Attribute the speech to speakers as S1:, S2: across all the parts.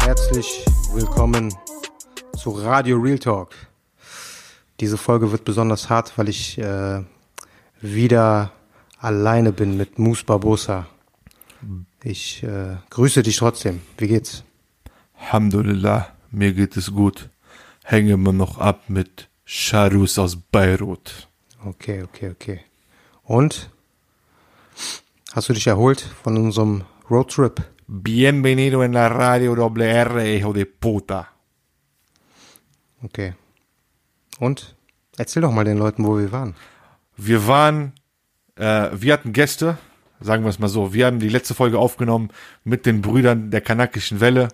S1: Herzlich willkommen zu Radio Real Talk. Diese Folge wird besonders hart, weil ich äh, wieder alleine bin mit Mus Barbosa. Ich äh, grüße dich trotzdem. Wie geht's?
S2: Alhamdulillah, mir geht es gut. Hänge immer noch ab mit Sharus aus Beirut.
S1: Okay, okay, okay. Und? Hast du dich erholt von unserem Roadtrip?
S2: Bienvenido en la radio WR, hijo de puta.
S1: Okay. Und? Erzähl doch mal den Leuten, wo wir waren.
S2: Wir waren, äh, wir hatten Gäste, sagen wir es mal so. Wir haben die letzte Folge aufgenommen mit den Brüdern der kanakischen Welle,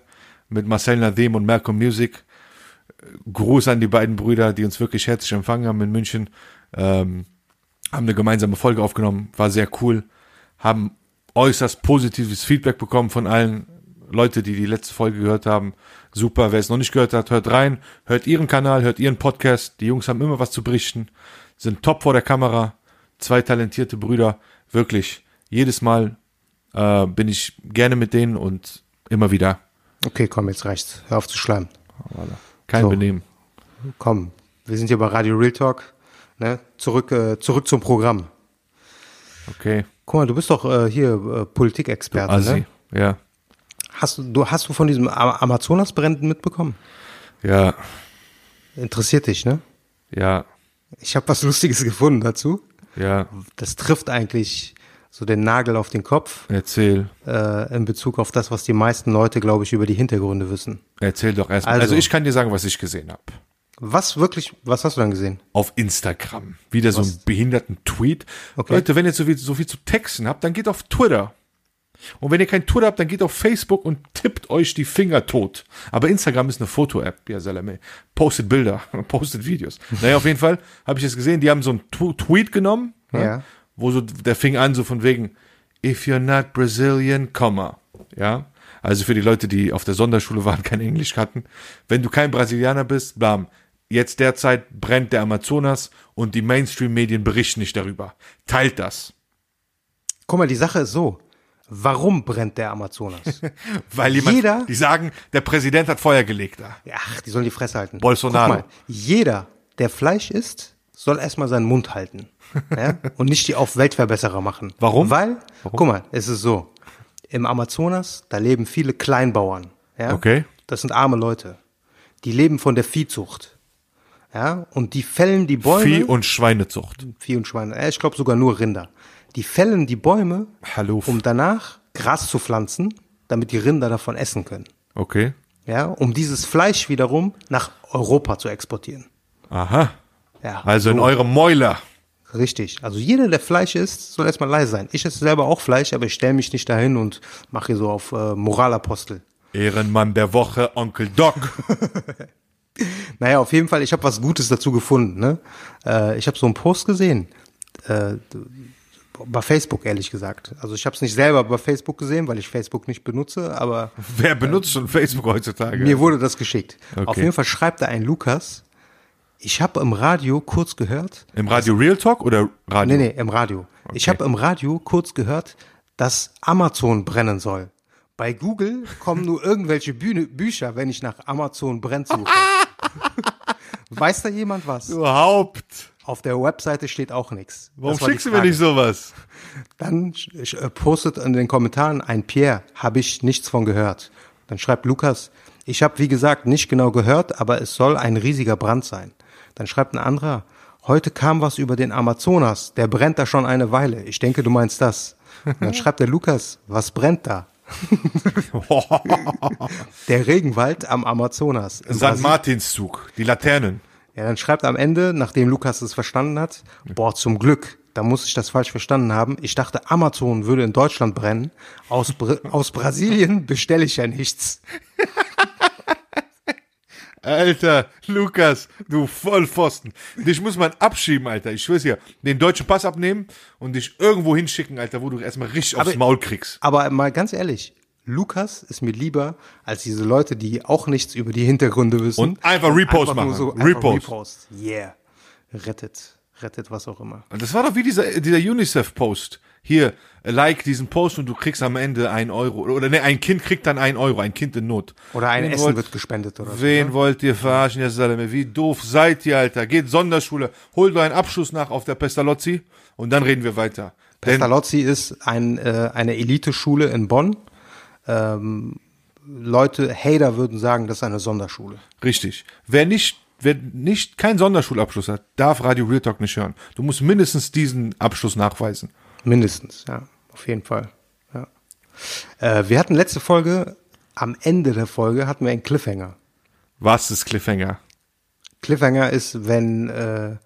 S2: mit Marcel Nadim und Malcolm Music. Gruß an die beiden Brüder, die uns wirklich herzlich empfangen haben in München. Ähm, haben eine gemeinsame Folge aufgenommen, war sehr cool. Haben äußerst positives Feedback bekommen von allen Leute, die die letzte Folge gehört haben. Super, wer es noch nicht gehört hat, hört rein, hört ihren Kanal, hört ihren Podcast. Die Jungs haben immer was zu berichten, sind top vor der Kamera. Zwei talentierte Brüder, wirklich. Jedes Mal äh, bin ich gerne mit denen und immer wieder.
S1: Okay, komm, jetzt reicht's. Hör auf zu schleimen.
S2: Kein
S1: So.
S2: Benehmen.
S1: Komm, wir sind hier bei Radio Real Talk. Ne? Zurück, äh, zurück zum Programm.
S2: Okay.
S1: Guck mal, du bist doch äh, hier äh, Politikexperte,
S2: Asi.
S1: ne?
S2: Ja.
S1: Hast du, du hast du von diesem Am Amazonas-Bränden mitbekommen?
S2: Ja.
S1: Interessiert dich, ne?
S2: Ja.
S1: Ich habe was Lustiges gefunden dazu.
S2: Ja.
S1: Das trifft eigentlich so den Nagel auf den Kopf
S2: Erzähl.
S1: äh, in Bezug auf das, was die meisten Leute, glaube ich, über die Hintergründe wissen.
S2: Erzähl doch erstmal.
S1: Also.
S2: Also, ich kann dir sagen, was ich gesehen habe.
S1: Was wirklich, was hast du dann gesehen?
S2: Auf Instagram. Wieder so einen behinderten Tweet.
S1: Okay.
S2: Leute, wenn ihr so viel, so viel zu texten habt, dann geht auf Twitter. Und wenn ihr kein Twitter habt, dann geht auf Facebook und tippt euch die Finger tot. Aber Instagram ist eine Foto-App, ja Salame. Postet Bilder, postet Videos. Naja, auf jeden Fall habe ich es gesehen, die haben so einen Tu- Tweet genommen, ne?
S1: Ja.
S2: wo so, der fing an so von wegen, if you're not Brazilian, Komma. Ja, also für die Leute, die auf der Sonderschule waren, kein Englisch hatten. Wenn du kein Brasilianer bist, blam. Jetzt derzeit brennt der Amazonas und die Mainstream-Medien berichten nicht darüber. Teilt das.
S1: Guck mal, die Sache ist so. Warum brennt der Amazonas?
S2: Weil jemand,
S1: Jeder-
S2: die sagen, der Präsident hat Feuer gelegt da.
S1: Ach, die sollen die Fresse halten.
S2: Bolsonaro.
S1: Guck mal, jeder, der Fleisch isst, soll erstmal seinen Mund halten. Ja? Und nicht die auf Weltverbesserer machen.
S2: Warum?
S1: Weil, guck mal, es ist so. Im Amazonas, da leben viele Kleinbauern. Ja?
S2: Okay.
S1: Das sind arme Leute. Die leben von der Viehzucht. Ja? Und die fällen die Bäume.
S2: Vieh- und Schweinezucht.
S1: Vieh und Schweine. Äh, Ich glaube sogar nur Rinder. Die fällen die Bäume,
S2: Hallo.
S1: um danach Gras zu pflanzen, damit die Rinder davon essen können
S2: Okay.
S1: ja, um dieses Fleisch wiederum nach Europa zu exportieren.
S2: Aha.
S1: Ja,
S2: Also in
S1: so,
S2: eurem Mäuler.
S1: richtig. Also jeder, der Fleisch isst, soll erstmal leise sein. Ich esse selber auch Fleisch, aber ich stelle mich nicht dahin und mache hier so auf äh, Moralapostel.
S2: Ehrenmann der Woche, Onkel Doc.
S1: Naja, auf jeden Fall, ich habe was Gutes dazu gefunden. Ne? Äh, ich habe so einen Post gesehen. Äh, bei Facebook, ehrlich gesagt. Also ich habe es nicht selber bei Facebook gesehen, weil ich Facebook nicht benutze, aber
S2: Wer benutzt schon Facebook heutzutage?
S1: Mir wurde das geschickt.
S2: Okay.
S1: Auf jeden Fall schreibt da ein Lukas. Ich habe im Radio kurz gehört,
S2: Im Radio Real Talk oder Radio?
S1: Nee, nee, im Radio. Ich habe im Radio kurz gehört, dass Amazon brennen soll. Bei Google kommen nur irgendwelche Bühne, Bücher, wenn ich nach Amazon brennt suche. Weiß da jemand was?
S2: Überhaupt.
S1: Auf der Webseite steht auch nichts.
S2: Warum
S1: Das war die
S2: schickst du mir nicht sowas?
S1: Dann sch- äh, postet in den Kommentaren ein Pierre, habe ich nichts von gehört. Dann schreibt Lukas, ich habe wie gesagt nicht genau gehört, aber es soll ein riesiger Brand sein. Dann schreibt ein anderer, heute kam was über den Amazonas, der brennt da schon eine Weile. Ich denke, du meinst das. Und dann schreibt der Lukas, was brennt da? Der Regenwald am Amazonas. In
S2: St.
S1: Brasilien.
S2: Martinszug, die Laternen.
S1: Ja, dann schreibt am Ende, nachdem Lukas es verstanden hat, boah, zum Glück, da muss ich das falsch verstanden haben. Ich dachte, Amazon würde in Deutschland brennen. Aus, Br aus Brasilien bestelle ich ja nichts.
S2: Alter, Lukas, du Vollpfosten. Dich muss man abschieben, Alter. Ich schwör's dir. Den deutschen Pass abnehmen und dich irgendwo hinschicken, Alter, wo du erstmal richtig aufs
S1: Aber-
S2: Maul kriegst.
S1: Aber mal ganz ehrlich, Lukas ist mir lieber als diese Leute, die auch nichts über die Hintergründe wissen.
S2: Und einfach Repost
S1: nur
S2: machen.
S1: einfach
S2: Repost.
S1: Repost. Yeah. Rettet. Rettet was auch immer.
S2: Und das war doch wie dieser, dieser UNICEF-Post. Hier, äh, like diesen Post und du kriegst am Ende einen Euro. Oder ne, ein Kind kriegt dann einen Euro, ein Kind in Not.
S1: Oder ein
S2: Wen
S1: Essen
S2: wollt-
S1: wird gespendet oder so.
S2: Wen wollt ihr verarschen, ihr Salome? Wie doof seid ihr, Alter? Geht Sonderschule, holt euren Abschluss nach auf der Pestalozzi und dann reden wir weiter. Denn
S1: Pestalozzi ist ein, äh, eine Eliteschule in Bonn. Ähm, Leute, Hater würden sagen, das ist eine Sonderschule.
S2: Richtig. Wer nicht, wer nicht keinen Sonderschulabschluss hat, darf Radio Real Talk nicht hören. Du musst mindestens diesen Abschluss nachweisen.
S1: Mindestens, ja, auf jeden Fall. Ja. Äh, wir hatten letzte Folge, am Ende der Folge hatten wir einen Cliffhanger.
S2: Was ist Cliffhanger?
S1: Cliffhanger ist, wenn äh,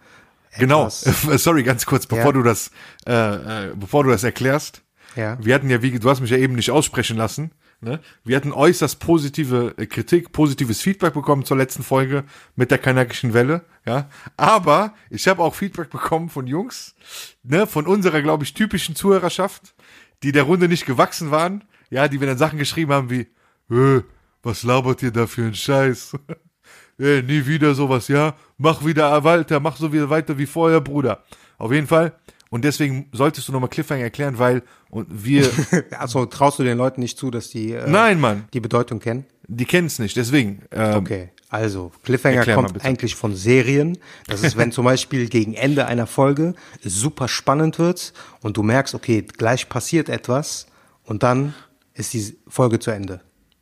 S2: Genau.
S1: etwas-
S2: Sorry, ganz kurz, bevor
S1: Ja.
S2: du das, äh, äh, bevor du das erklärst.
S1: Ja.
S2: Wir hatten ja, wie du hast mich ja eben nicht aussprechen lassen. Ne? Wir hatten äußerst positive äh, Kritik, positives Feedback bekommen zur letzten Folge mit der kanakischen Welle. Ja, aber ich habe auch Feedback bekommen von Jungs, ne, von unserer, glaube ich, typischen Zuhörerschaft, die der Runde nicht gewachsen waren. Ja, die mir dann Sachen geschrieben haben wie, äh, was labert ihr da für einen Scheiß? Ey, nie wieder sowas, ja? Mach wieder weiter, mach so wieder weiter wie vorher, Bruder. Auf jeden Fall. Und deswegen solltest du nochmal Cliffhanger erklären, weil und wir.
S1: also traust du den Leuten nicht zu, dass die äh,
S2: Nein, Mann,
S1: die Bedeutung kennen?
S2: die kennen es nicht. Deswegen. Ähm,
S1: Okay, also Cliffhanger
S2: Erklär mal
S1: kommt
S2: bitte.
S1: eigentlich von Serien. Das ist, wenn zum Beispiel gegen Ende einer Folge super spannend wird und du merkst, okay, gleich passiert etwas und dann ist die Folge zu Ende.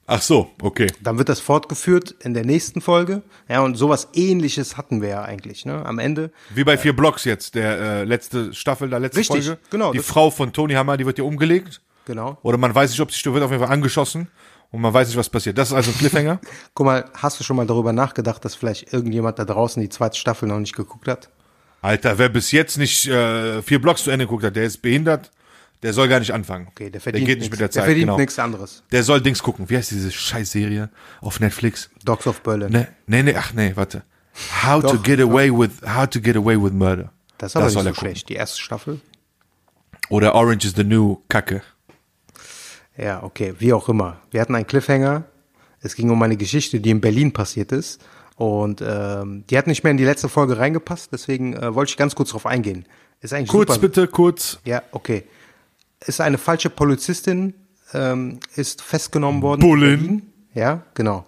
S2: Ach so, okay.
S1: Dann wird das fortgeführt in der nächsten Folge. Ja, und sowas ähnliches hatten wir ja eigentlich, ne? Am Ende.
S2: Wie bei vier Blocks jetzt, der äh, letzte Staffel, der letzte
S1: Richtig,
S2: Folge.
S1: genau,
S2: Die
S1: das-
S2: Frau von Tony Hammer, die wird hier umgelegt.
S1: Genau.
S2: Oder man weiß nicht, ob sie stirbt, wird auf jeden Fall angeschossen. Und man weiß nicht, was passiert. Das ist also ein Cliffhanger.
S1: Guck mal, hast du schon mal darüber nachgedacht, dass vielleicht irgendjemand da draußen die zweite Staffel noch nicht geguckt hat?
S2: Alter, wer bis jetzt nicht äh, vier Blocks zu Ende geguckt hat, der ist behindert. Der soll gar nicht anfangen.
S1: Okay, der verdient
S2: Der geht
S1: nichts.
S2: nicht mit der Zeit.
S1: Der verdient
S2: genau.
S1: nichts anderes.
S2: Der soll Dings gucken. Wie heißt diese Scheißserie auf Netflix?
S1: Dogs of Berlin.
S2: Ne, ne, ne, ach nee, warte. How to
S1: Doch,
S2: get away with How to get away with murder.
S1: Das ist aber
S2: soll
S1: nicht so
S2: er gucken.
S1: schlecht. Die erste Staffel?
S2: Oder Orange is the New Kacke.
S1: Ja, okay, wie auch immer. Wir hatten einen Cliffhanger. Es ging um eine Geschichte, die in Berlin passiert ist. Und ähm, die hat nicht mehr in die letzte Folge reingepasst, deswegen äh, wollte ich ganz kurz drauf eingehen. Ist eigentlich
S2: Kurz
S1: super.
S2: bitte, kurz.
S1: Ja, okay. Ist eine falsche Polizistin, ähm, ist festgenommen worden.
S2: Bullen.
S1: in Berlin. Ja, genau.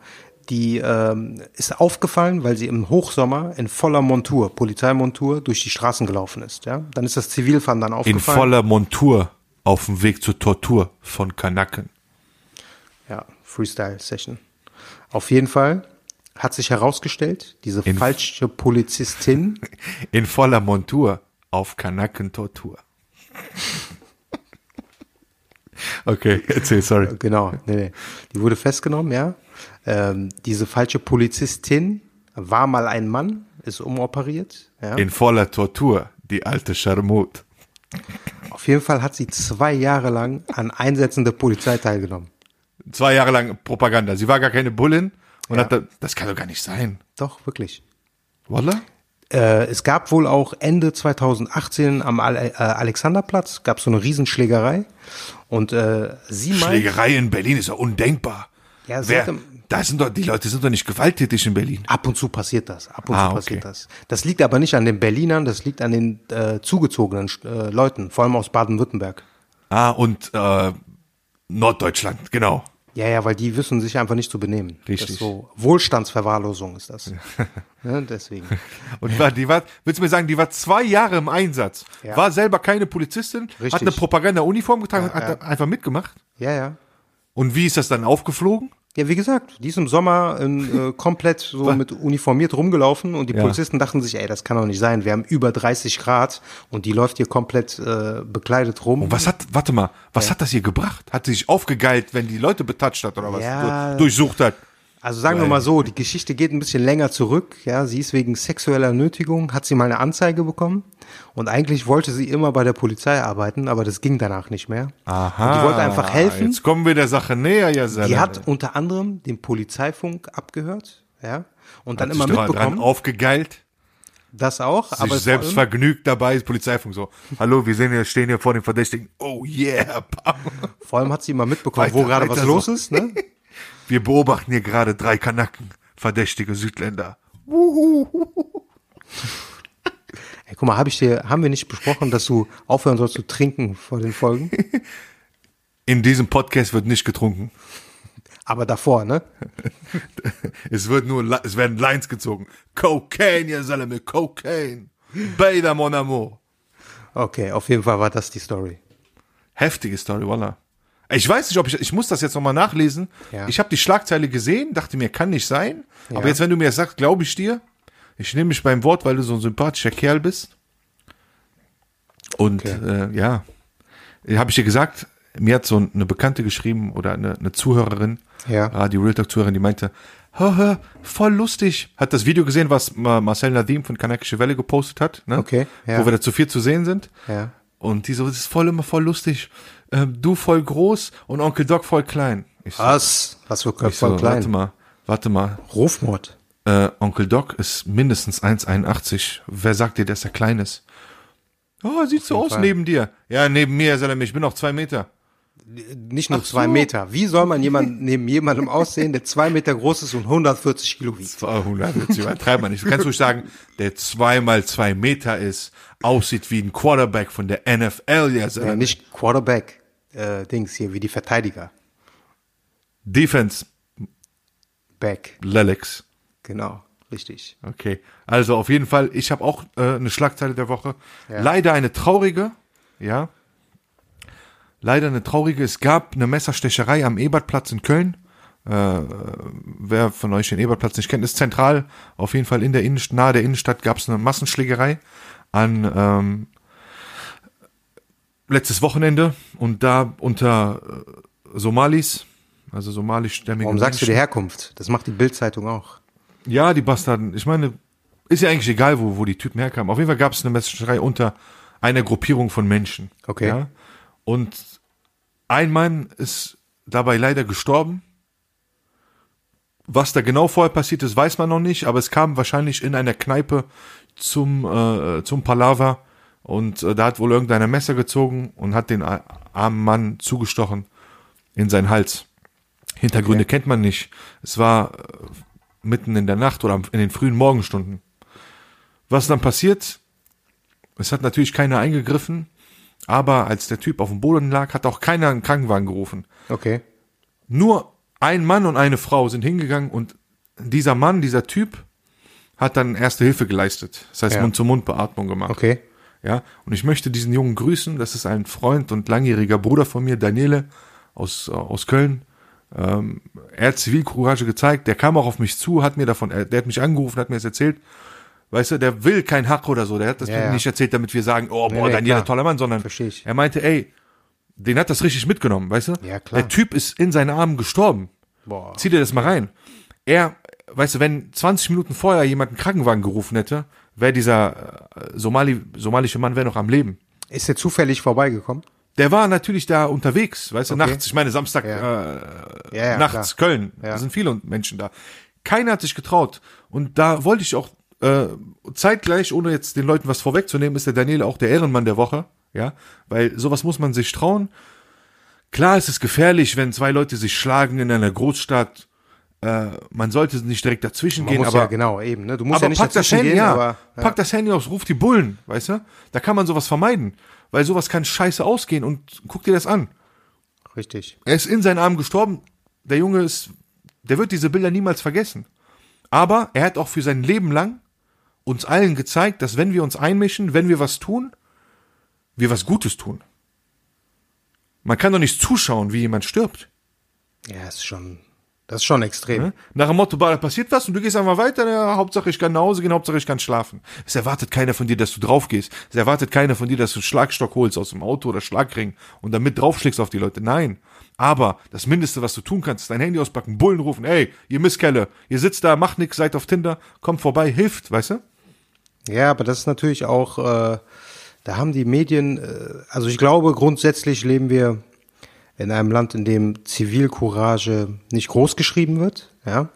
S1: Die ähm, ist aufgefallen, weil sie im Hochsommer in voller Montur, Polizeimontur, durch die Straßen gelaufen ist. Ja, dann ist das Zivilverfahren
S2: In
S1: aufgefallen.
S2: voller Montur auf dem Weg zur Tortur von Kanaken.
S1: Ja, Freestyle-Session. Auf jeden Fall hat sich herausgestellt, diese falsche Polizistin,
S2: In voller Montur auf Kanaken Tortur. Okay, erzähl, sorry.
S1: genau, nee, nee, die wurde festgenommen, ja. Ähm, diese falsche Polizistin war mal ein Mann, ist umoperiert, ja.
S2: In voller Tortur, die alte Scharmut.
S1: Auf jeden Fall hat sie zwei Jahre lang an Einsätzen der Polizei teilgenommen.
S2: Zwei Jahre lang Propaganda. Sie war gar keine Bullin und hat da, das kann doch gar nicht sein.
S1: Doch, wirklich.
S2: Walla?
S1: Äh, es gab wohl auch Ende 2018 am Al äh, Alexanderplatz, gab so eine Riesenschlägerei. Und äh, sie meint,
S2: Schlägerei in Berlin ist ja undenkbar.
S1: Ja, sie
S2: Wer,
S1: hatte-
S2: da sind doch, die Leute sind doch nicht gewalttätig in Berlin.
S1: Ab und zu passiert das. Ab und
S2: Ah,
S1: zu passiert
S2: okay.
S1: das. Das liegt aber nicht an den Berlinern, das liegt an den äh, zugezogenen äh, Leuten, vor allem aus Baden-Württemberg.
S2: Ah, und äh, Norddeutschland, genau.
S1: Ja, ja, weil die wissen sich einfach nicht zu benehmen. Das
S2: Richtig.
S1: ist so Wohlstandsverwahrlosung ist das. Ne, deswegen.
S2: Und war, die war, willst du mir sagen, die war zwei Jahre im Einsatz,
S1: Ja.
S2: war selber keine Polizistin,
S1: Richtig.
S2: hat eine Propaganda-Uniform getragen, hat einfach mitgemacht.
S1: Ja, ja.
S2: Und wie ist das dann aufgeflogen?
S1: Ja, wie gesagt, die ist im Sommer in, äh, komplett so mit uniformiert rumgelaufen und die
S2: Ja.
S1: Polizisten dachten sich, ey, das kann doch nicht sein. Wir haben über 30 Grad und die läuft hier komplett äh, bekleidet rum.
S2: Und was hat, warte mal, was hat das ihr gebracht? Hat sie sich aufgegeilt, wenn die Leute betatscht hat oder was?
S1: Ja.
S2: Durchsucht hat?
S1: Also sagen wir mal so, die Geschichte geht ein bisschen länger zurück. Ja, sie ist wegen sexueller Nötigung, hat sie mal eine Anzeige bekommen und eigentlich wollte sie immer bei der Polizei arbeiten, aber das ging danach nicht mehr.
S2: Aha.
S1: Und die wollte einfach helfen.
S2: Jetzt kommen wir der Sache näher, Jasela.
S1: Die hat unter anderem den Polizeifunk abgehört, ja, und dann
S2: Hat
S1: immer
S2: sich dran- dran
S1: mitbekommen,
S2: aufgegeilt,
S1: das auch, aber
S2: sich
S1: vor allem-
S2: selbst vergnügt dabei, ist Polizeifunk so. Hallo, wir sehen hier, stehen hier vor dem Verdächtigen. Oh yeah, bam.
S1: Vor allem hat sie immer mitbekommen,
S2: Weiter,
S1: wo gerade was
S2: weiter so.
S1: los ist. Ne?
S2: Wir beobachten hier gerade drei Kanaken, verdächtige Südländer.
S1: Ey, guck mal, hab ich dir, haben wir nicht besprochen, dass du aufhören sollst zu trinken vor den Folgen?
S2: In diesem Podcast wird nicht getrunken.
S1: Aber davor, ne?
S2: Es wird nur, Li- es werden Lines gezogen. Cocaine, Jasela, mit Cocaine. Bader mon amour.
S1: Okay, auf jeden Fall war das die Story.
S2: Heftige Story, Walla. Ich weiß nicht, ob ich, ich muss das jetzt nochmal nachlesen.
S1: Ja.
S2: Ich habe die Schlagzeile gesehen, dachte mir, kann nicht sein. Aber
S1: Ja.
S2: jetzt, wenn du mir das sagst, glaube ich dir. Ich nehme mich beim Wort, weil du so ein sympathischer Kerl bist. Und äh, ja, habe ich dir gesagt, mir hat so eine Bekannte geschrieben oder eine, eine Zuhörerin,
S1: Ja.
S2: Radio Real Talk Zuhörerin, die meinte, hör, hör, voll lustig. Hat das Video gesehen, was Ma- Marcel Nadim von Kanakische Welle gepostet hat, ne?
S1: Okay, ja.
S2: wo wir da zu viel zu sehen sind.
S1: Ja.
S2: Und die so, das ist voll immer voll lustig. Ähm, du voll groß und Onkel Doc voll klein. Ich so,
S1: Was? Was für Köpfe
S2: ich so
S1: voll klein?
S2: warte mal, warte mal.
S1: Rufmord.
S2: Äh, Onkel Doc ist mindestens 1,81. Wer sagt dir, dass er klein ist? Oh, sieht so aus
S1: Fall.
S2: neben dir. Ja, neben mir, Salem, ich bin noch zwei Meter.
S1: Nicht nur zwei Meter. Wie soll man jemand neben jemandem aussehen, der zwei Meter groß ist und 140 Kilo wiegt?
S2: 200, jetzt übertreibt man nicht. Du kannst ruhig sagen, der zweimal zwei Meter ist, aussieht wie ein Quarterback von der NFL, ja,
S1: Ja,
S2: Salem.
S1: nicht Quarterback, äh, Dings hier, wie die Verteidiger.
S2: Defense,
S1: Back.
S2: Lelex.
S1: Genau. Richtig.
S2: Okay, also auf jeden Fall, ich habe auch äh, eine Schlagzeile der Woche.
S1: Ja.
S2: Leider eine traurige, ja. Leider eine traurige. Es gab eine Messerstecherei am Ebertplatz in Köln. Äh, wer von euch den Ebertplatz nicht kennt, ist zentral. Auf jeden Fall in der Innenstadt, nahe der Innenstadt gab es eine Massenschlägerei an ähm, letztes Wochenende und da unter äh, Somalis, also somalischstämmigen
S1: Warum sagst du
S2: Menschen.
S1: die Herkunft? Das macht die Bildzeitung auch.
S2: Ja, die Bastarden. Ich meine, ist ja eigentlich egal, wo, wo die Typen herkamen. Auf jeden Fall gab es eine Messerei unter einer Gruppierung von Menschen.
S1: Okay.
S2: Ja? Und ein Mann ist dabei leider gestorben. Was da genau vorher passiert ist, weiß man noch nicht, aber es kam wahrscheinlich in einer Kneipe zum, äh, zum Palaver und äh, da hat wohl irgendeiner Messer gezogen und hat den a- armen Mann zugestochen in seinen Hals. Hintergründe kennt man nicht. Es war äh, mitten in der Nacht oder am- in den frühen Morgenstunden. Was dann passiert? Es hat natürlich keiner eingegriffen, aber als der Typ auf dem Boden lag, hat auch keiner einen Krankenwagen gerufen.
S1: Okay.
S2: Nur ein Mann und eine Frau sind hingegangen und dieser Mann, dieser Typ, hat dann Erste Hilfe geleistet. Das heißt
S1: Ja.
S2: Mund-zu-Mund-Beatmung gemacht.
S1: Okay.
S2: Ja, und ich möchte diesen Jungen grüßen. Das ist ein Freund und langjähriger Bruder von mir, Daniele aus, äh, aus Köln. Ähm, er hat Zivilcourage gezeigt. Der kam auch auf mich zu, hat mir davon, er- der hat mich angerufen, hat mir das erzählt. Weißt du, der will kein Hack oder so. Der hat das
S1: Ja, ja.
S2: nicht erzählt, damit wir sagen, oh, boah,
S1: nee,
S2: Daniele,
S1: klar.
S2: toller Mann, sondern
S1: Versteh ich.
S2: er meinte, ey, den hat das richtig mitgenommen, weißt du?
S1: Ja, klar.
S2: Der Typ ist in seinen Armen gestorben.
S1: Boah.
S2: Zieh dir das mal rein. Er, weißt du, wenn 20 Minuten vorher jemand einen Krankenwagen gerufen hätte, wäre dieser äh, Somali, somalische Mann wäre noch am Leben.
S1: Ist er zufällig vorbeigekommen?
S2: Der war natürlich da unterwegs, weißt du, nachts. Ich meine, Samstag
S1: Ja.
S2: äh,
S1: Ja, ja,
S2: nachts
S1: klar.
S2: Köln.
S1: Ja.
S2: Da sind viele Menschen da. Keiner hat sich getraut. Und da wollte ich auch äh, zeitgleich, ohne jetzt den Leuten was vorwegzunehmen, ist der Daniel auch der Ehrenmann der Woche. Ja, weil sowas muss man sich trauen. Klar, es ist gefährlich, wenn zwei Leute sich schlagen in einer Großstadt. Äh, man sollte nicht direkt dazwischen
S1: Man
S2: gehen,
S1: muss
S2: aber
S1: ja, genau, eben. Ne? Du musst ja
S2: aber
S1: nicht
S2: pack das
S1: dazwischen
S2: Handy,
S1: gehen,
S2: ja,
S1: aber
S2: pack das Handy aus, ruf die Bullen, weißt du? Da kann man sowas vermeiden, weil sowas kann scheiße ausgehen und guck dir das an.
S1: richtig.
S2: Er ist in seinen Armen gestorben. Der Junge ist, der wird diese Bilder niemals vergessen. Aber er hat auch für sein Leben lang uns allen gezeigt, dass wenn wir uns einmischen, wenn wir was tun, wir was Gutes tun. Man kann doch nicht zuschauen, wie jemand stirbt.
S1: Ja, ist schon Das ist schon extrem.
S2: ne? Nach dem Motto, bah, da passiert was und du gehst einfach weiter, ja, Hauptsache ich kann nach Hause gehen, Hauptsache ich kann schlafen. Es erwartet keiner von dir, dass du drauf gehst. Es erwartet keiner von dir, dass du einen Schlagstock holst aus dem Auto oder Schlagring und damit draufschlägst auf die Leute. Nein. Aber das Mindeste, was du tun kannst, ist dein Handy auspacken, Bullen rufen, ey, ihr Misskerle, ihr sitzt da, macht nix, seid auf Tinder, kommt vorbei, hilft, weißt du?
S1: Ja, aber das ist natürlich auch, äh, da haben die Medien, äh, also ich glaube, grundsätzlich leben wir in einem Land, in dem Zivilcourage nicht groß geschrieben wird, ja.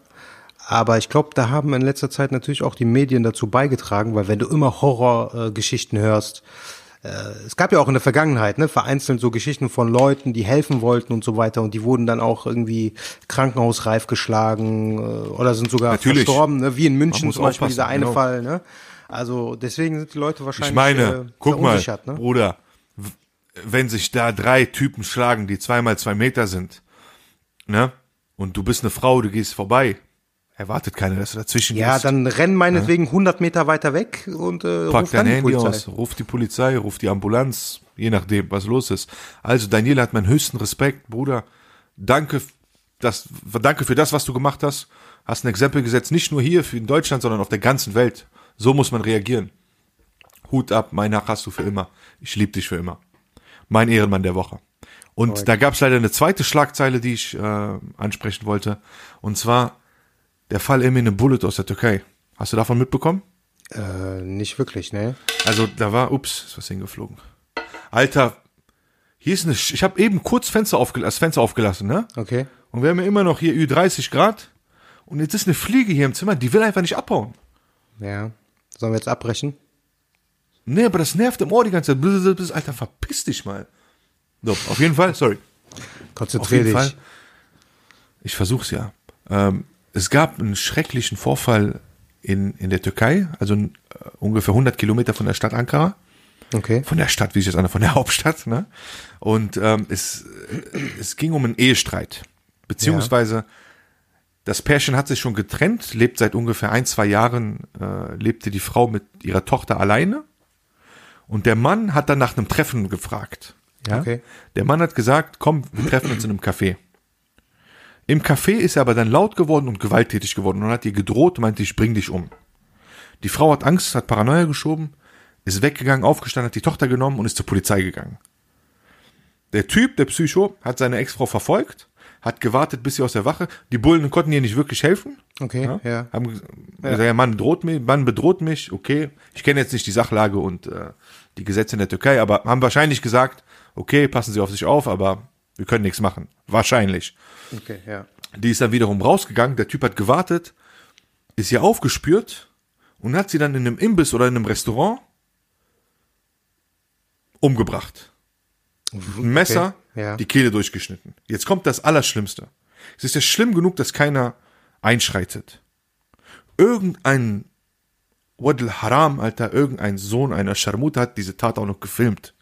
S1: Aber ich glaube, da haben in letzter Zeit natürlich auch die Medien dazu beigetragen, weil wenn du immer Horrorgeschichten äh, Geschichten hörst, äh, es gab ja auch in der Vergangenheit, ne, vereinzelt so Geschichten von Leuten, die helfen wollten und so weiter und die wurden dann auch irgendwie krankenhausreif geschlagen äh, oder sind sogar
S2: Natürlich.
S1: verstorben, ne, wie in München
S2: muss
S1: zum Beispiel
S2: aufpassen,
S1: dieser eine
S2: genau.
S1: Fall, ne? Also deswegen sind die Leute wahrscheinlich
S2: Ich meine,
S1: äh,
S2: guck mal,
S1: verunsichert, ne?
S2: Bruder, w- wenn sich da drei Typen schlagen, die zweimal zwei Meter sind, ne? Und du bist eine Frau, du gehst vorbei, erwartet keiner, dass du dazwischen
S1: Ja,
S2: gehst.
S1: dann renn meinetwegen 100 Meter weiter weg und äh,
S2: Pack
S1: ruf
S2: dein
S1: dann die
S2: Handy
S1: Polizei.
S2: aus, ruf die Polizei, ruf die Ambulanz, je nachdem, was los ist. Also Daniel hat meinen höchsten Respekt, Bruder. Danke, f- das, danke für das, was du gemacht hast. Hast ein Exempel gesetzt, nicht nur hier für in Deutschland, sondern auf der ganzen Welt. So muss man reagieren. Hut ab, mein Nach hast du für immer. Ich liebe dich für immer. Mein Ehrenmann der Woche. Und da gab es leider eine zweite Schlagzeile, die ich äh, ansprechen wollte. Und zwar der Fall Emine Bullet aus der Türkei. Hast du davon mitbekommen?
S1: Äh, nicht wirklich, ne?
S2: Also da war, ups, ist was hingeflogen. Alter, hier ist eine, Sch- ich habe eben kurz Fenster aufgel das Fenster aufgelassen, ne?
S1: Okay.
S2: Und wir haben ja immer noch hier Ü30 Grad. Und jetzt ist eine Fliege hier im Zimmer, die will einfach nicht abhauen.
S1: Ja. Sollen wir jetzt abbrechen?
S2: Nee, aber das nervt im Ohr die ganze Zeit. Blub, blub, blub. Alter, verpiss dich mal. So, auf jeden Fall, sorry. Auf
S1: Konzentrier
S2: jeden
S1: dich.
S2: Fall. Ich versuch's ja. Ähm, es gab einen schrecklichen Vorfall in, in der Türkei, also äh, ungefähr 100 Kilometer von der Stadt Ankara.
S1: Okay.
S2: von der Stadt, wie ich jetzt an, von der Hauptstadt, ne? Und ähm, es, es ging um einen Ehestreit. Beziehungsweise das Pärchen hat sich schon getrennt, lebt seit ungefähr ein, zwei Jahren, äh, lebte die Frau mit ihrer Tochter alleine. Und der Mann hat dann nach einem Treffen gefragt. Ja?
S1: Okay.
S2: Der Mann hat gesagt, komm, wir treffen uns in einem Café. Im Café ist er aber dann laut geworden und gewalttätig geworden und hat ihr gedroht, meinte, ich bring dich um. Die Frau hat Angst, hat Paranoia geschoben, ist weggegangen, aufgestanden, hat die Tochter genommen und ist zur Polizei gegangen. Der Typ, der Psycho, hat seine Ex-Frau verfolgt, hat gewartet, bis sie aus der Wache. Die Bullen konnten ihr nicht wirklich helfen.
S1: Okay, ja.
S2: Haben ges- gesagt, der Mann droht mich, Mann bedroht mich, okay. Ich kenne jetzt nicht die Sachlage und äh, die Gesetze in der Türkei, aber haben wahrscheinlich gesagt, okay, passen Sie auf sich auf, aber wir können nichts machen. Wahrscheinlich.
S1: Okay, ja.
S2: Die ist dann wiederum rausgegangen. Der Typ hat gewartet, ist ihr aufgespürt und hat sie dann in einem Imbiss oder in einem Restaurant umgebracht. Ein Messer,
S1: ja.
S2: die Kehle durchgeschnitten. Jetzt kommt das Allerschlimmste. Es ist ja schlimm genug, dass keiner einschreitet. Irgendein Wadl Haram, Alter, irgendein Sohn einer Scharmute hat diese Tat auch noch gefilmt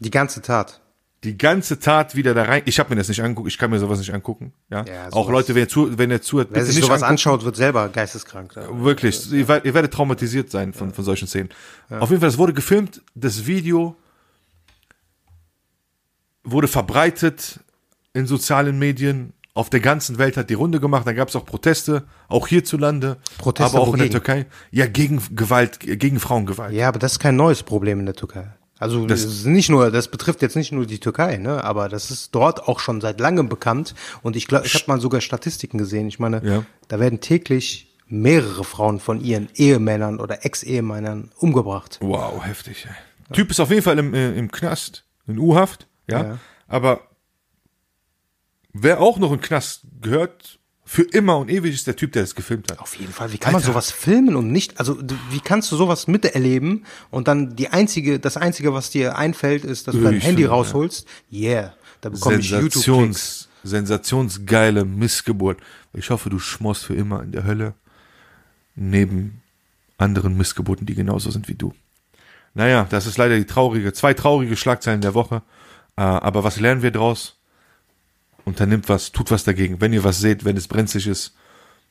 S1: Die ganze Tat.
S2: die ganze Tat wieder da rein. Ich habe mir das nicht angeguckt, ich kann mir sowas nicht angucken. Ja,
S1: Ja,
S2: auch
S1: sowas-
S2: Leute, wenn ihr zu, wenn ihr zuhört,
S1: Wer
S2: bitte
S1: sich
S2: nicht
S1: sowas
S2: angucken.
S1: anschaut, wird selber geisteskrank.
S2: Wirklich, ihr, wer- ihr werdet traumatisiert sein von, von solchen Szenen. Auf jeden Fall, es wurde gefilmt, das Video wurde verbreitet in sozialen Medien, auf der ganzen Welt hat die Runde gemacht, da gab es auch Proteste, auch hierzulande,
S1: Proteste
S2: aber auch in
S1: wogegen?
S2: der Türkei. Ja, gegen Gewalt, gegen Frauengewalt.
S1: Ja, aber das ist kein neues Problem in der Türkei. Also das ist nicht nur, das betrifft jetzt nicht nur die Türkei, ne? Aber das ist dort auch schon seit langem bekannt. Und ich glaube, ich habe mal sogar Statistiken gesehen. Ich meine,
S2: Ja.
S1: da werden täglich mehrere Frauen von ihren Ehemännern oder Ex-Ehemännern umgebracht.
S2: Wow, heftig. Ey. Typ ist auf jeden Fall im, äh, im Knast, in U-Haft, ja?
S1: Ja.
S2: Aber wer auch noch im Knast gehört, für immer und ewig ist der Typ, der das gefilmt hat.
S1: Auf jeden Fall. Wie kann man sowas filmen und nicht? Also d- wie kannst du sowas miterleben und dann die einzige, das einzige, was dir einfällt, ist, dass du
S2: Ich
S1: dein Handy
S2: finde,
S1: rausholst? Yeah, da bekomme ich YouTube.
S2: Sensations, sensationsgeile Missgeburt. Ich hoffe, du schmorst für immer in der Hölle neben anderen Missgeburten, die genauso sind wie du. Naja, das ist leider die traurige, zwei traurige Schlagzeilen der Woche. Äh, aber was lernen wir draus? Unternimmt was, tut was dagegen. Wenn ihr was seht, wenn es brenzlig ist,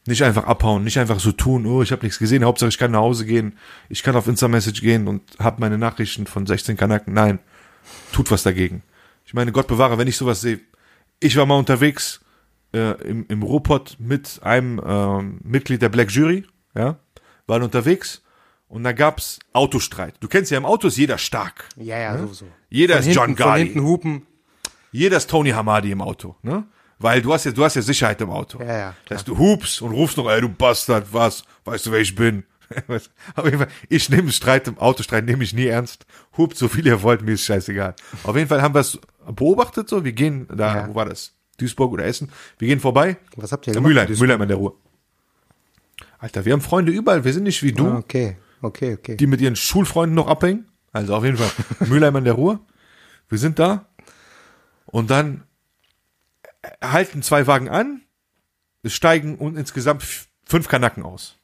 S2: nicht einfach abhauen, nicht einfach so tun, oh, ich habe nichts gesehen, Hauptsache ich kann nach Hause gehen, ich kann auf Insta-Message gehen und habe meine Nachrichten von 16 Kanaken. Nein, tut was dagegen. Ich meine, Gott bewahre, wenn ich sowas sehe. Ich war mal unterwegs, äh, im, im Ruhrpott mit einem ähm, Mitglied der Black Jury, ja, waren unterwegs und da gab's Autostreit. Du kennst ja, im Auto ist jeder stark.
S1: Ja, ja, sowieso.
S2: Jeder
S1: Von
S2: ist
S1: hinten,
S2: John
S1: Von
S2: Garley.
S1: hinten hupen.
S2: Jeder ist Tony Hamadi im Auto, ne? Weil du hast ja, du hast ja Sicherheit im Auto.
S1: Ja, ja,
S2: Dass du hupst und rufst noch, ey, du Bastard, was? Weißt du, wer ich bin? Weißt du, Auf jeden Fall, ich nehme Streit im Autostreit, nehme ich nie ernst. Hupt so viel ihr wollt, mir ist scheißegal. Auf jeden Fall haben wir es beobachtet so, wir gehen da,
S1: Ja.
S2: wo war das? Duisburg oder Essen? Wir gehen vorbei.
S1: Was habt ihr
S2: Der
S1: gemacht?
S2: Mülheim,
S1: Duisburg?
S2: Mülheim in der Ruhe. Alter, wir haben Freunde überall, wir sind nicht wie du
S1: Ah, Okay, okay, okay.
S2: Hm? die mit ihren Schulfreunden noch abhängen. Also auf jeden Fall Mülheim in der Ruhr. Wir sind da und dann halten zwei Wagen an, es steigen und insgesamt f- fünf Kanaken aus.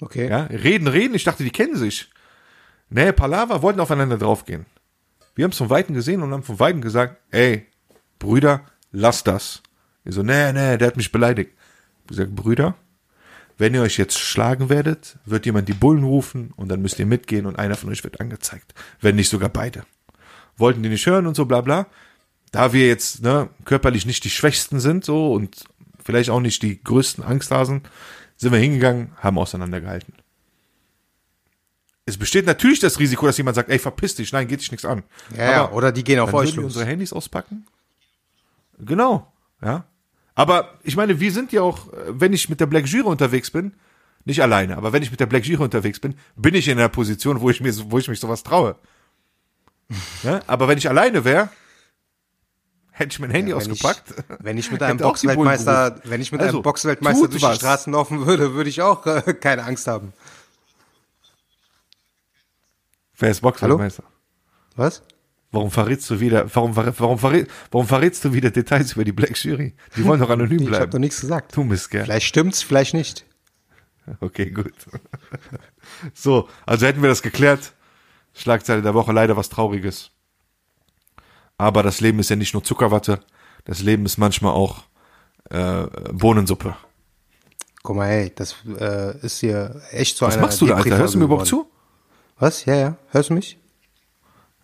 S1: okay.
S2: Ja, reden, reden. Ich dachte, die kennen sich. Nee, Palaver wollten aufeinander draufgehen. Wir haben es von Weitem gesehen und haben von Weitem gesagt, ey, Brüder, lass das. Ich so, nee, nee, der hat mich beleidigt. Ich sag, Brüder, wenn ihr euch jetzt schlagen werdet, wird jemand die Bullen rufen und dann müsst ihr mitgehen und einer von euch wird angezeigt. Wenn nicht sogar beide. Wollten die nicht hören und so bla bla. Da wir jetzt ne, körperlich nicht die Schwächsten sind so und vielleicht auch nicht die größten Angsthasen, sind wir hingegangen, haben auseinandergehalten. Es besteht natürlich das Risiko, dass jemand sagt, ey, verpiss dich, nein, geht dich nichts an.
S1: Ja, ja, oder die gehen auf
S2: Dann
S1: euch
S2: würden wir
S1: los.
S2: unsere Handys auspacken? Genau, ja. Aber ich meine, wir sind ja auch, äh, wenn ich mit der Black Jury unterwegs bin, nicht alleine, aber wenn ich mit der Black Jury unterwegs bin, bin ich in einer Position, wo ich mir, so- wo ich mich sowas traue. ja? Aber wenn ich alleine wäre, hätte ich mein Handy
S1: Wenn ich,
S2: ausgepackt.
S1: wenn ich mit einem
S2: Hätte auch die Bullen
S1: Boxweltmeister,
S2: gerufen.
S1: wenn ich mit
S2: Also,
S1: einem Boxweltmeister
S2: tut
S1: durch
S2: was.
S1: die Straßen laufen würde, würde ich auch äh, keine Angst haben.
S2: Wer ist Boxweltmeister?
S1: Was?
S2: Warum verrätst du wieder, warum, verrä- warum, verrä- warum verrätst du wieder Details über die Black Jury? Die wollen doch anonym
S1: Ich habe doch
S2: bleiben.
S1: nichts gesagt.
S2: Du Mistkerl.
S1: Vielleicht stimmt's, vielleicht nicht.
S2: Okay, gut. So, also hätten wir das geklärt. Schlagzeile der Woche, leider was Trauriges. Aber das Leben ist ja nicht nur Zuckerwatte. Das Leben ist manchmal auch äh, Bohnensuppe.
S1: Guck mal, hey, das äh, ist hier echt so
S2: Was
S1: eine
S2: machst du da, Alter? Hörst du mir überhaupt zu?
S1: Was? Ja, ja. Hörst du mich?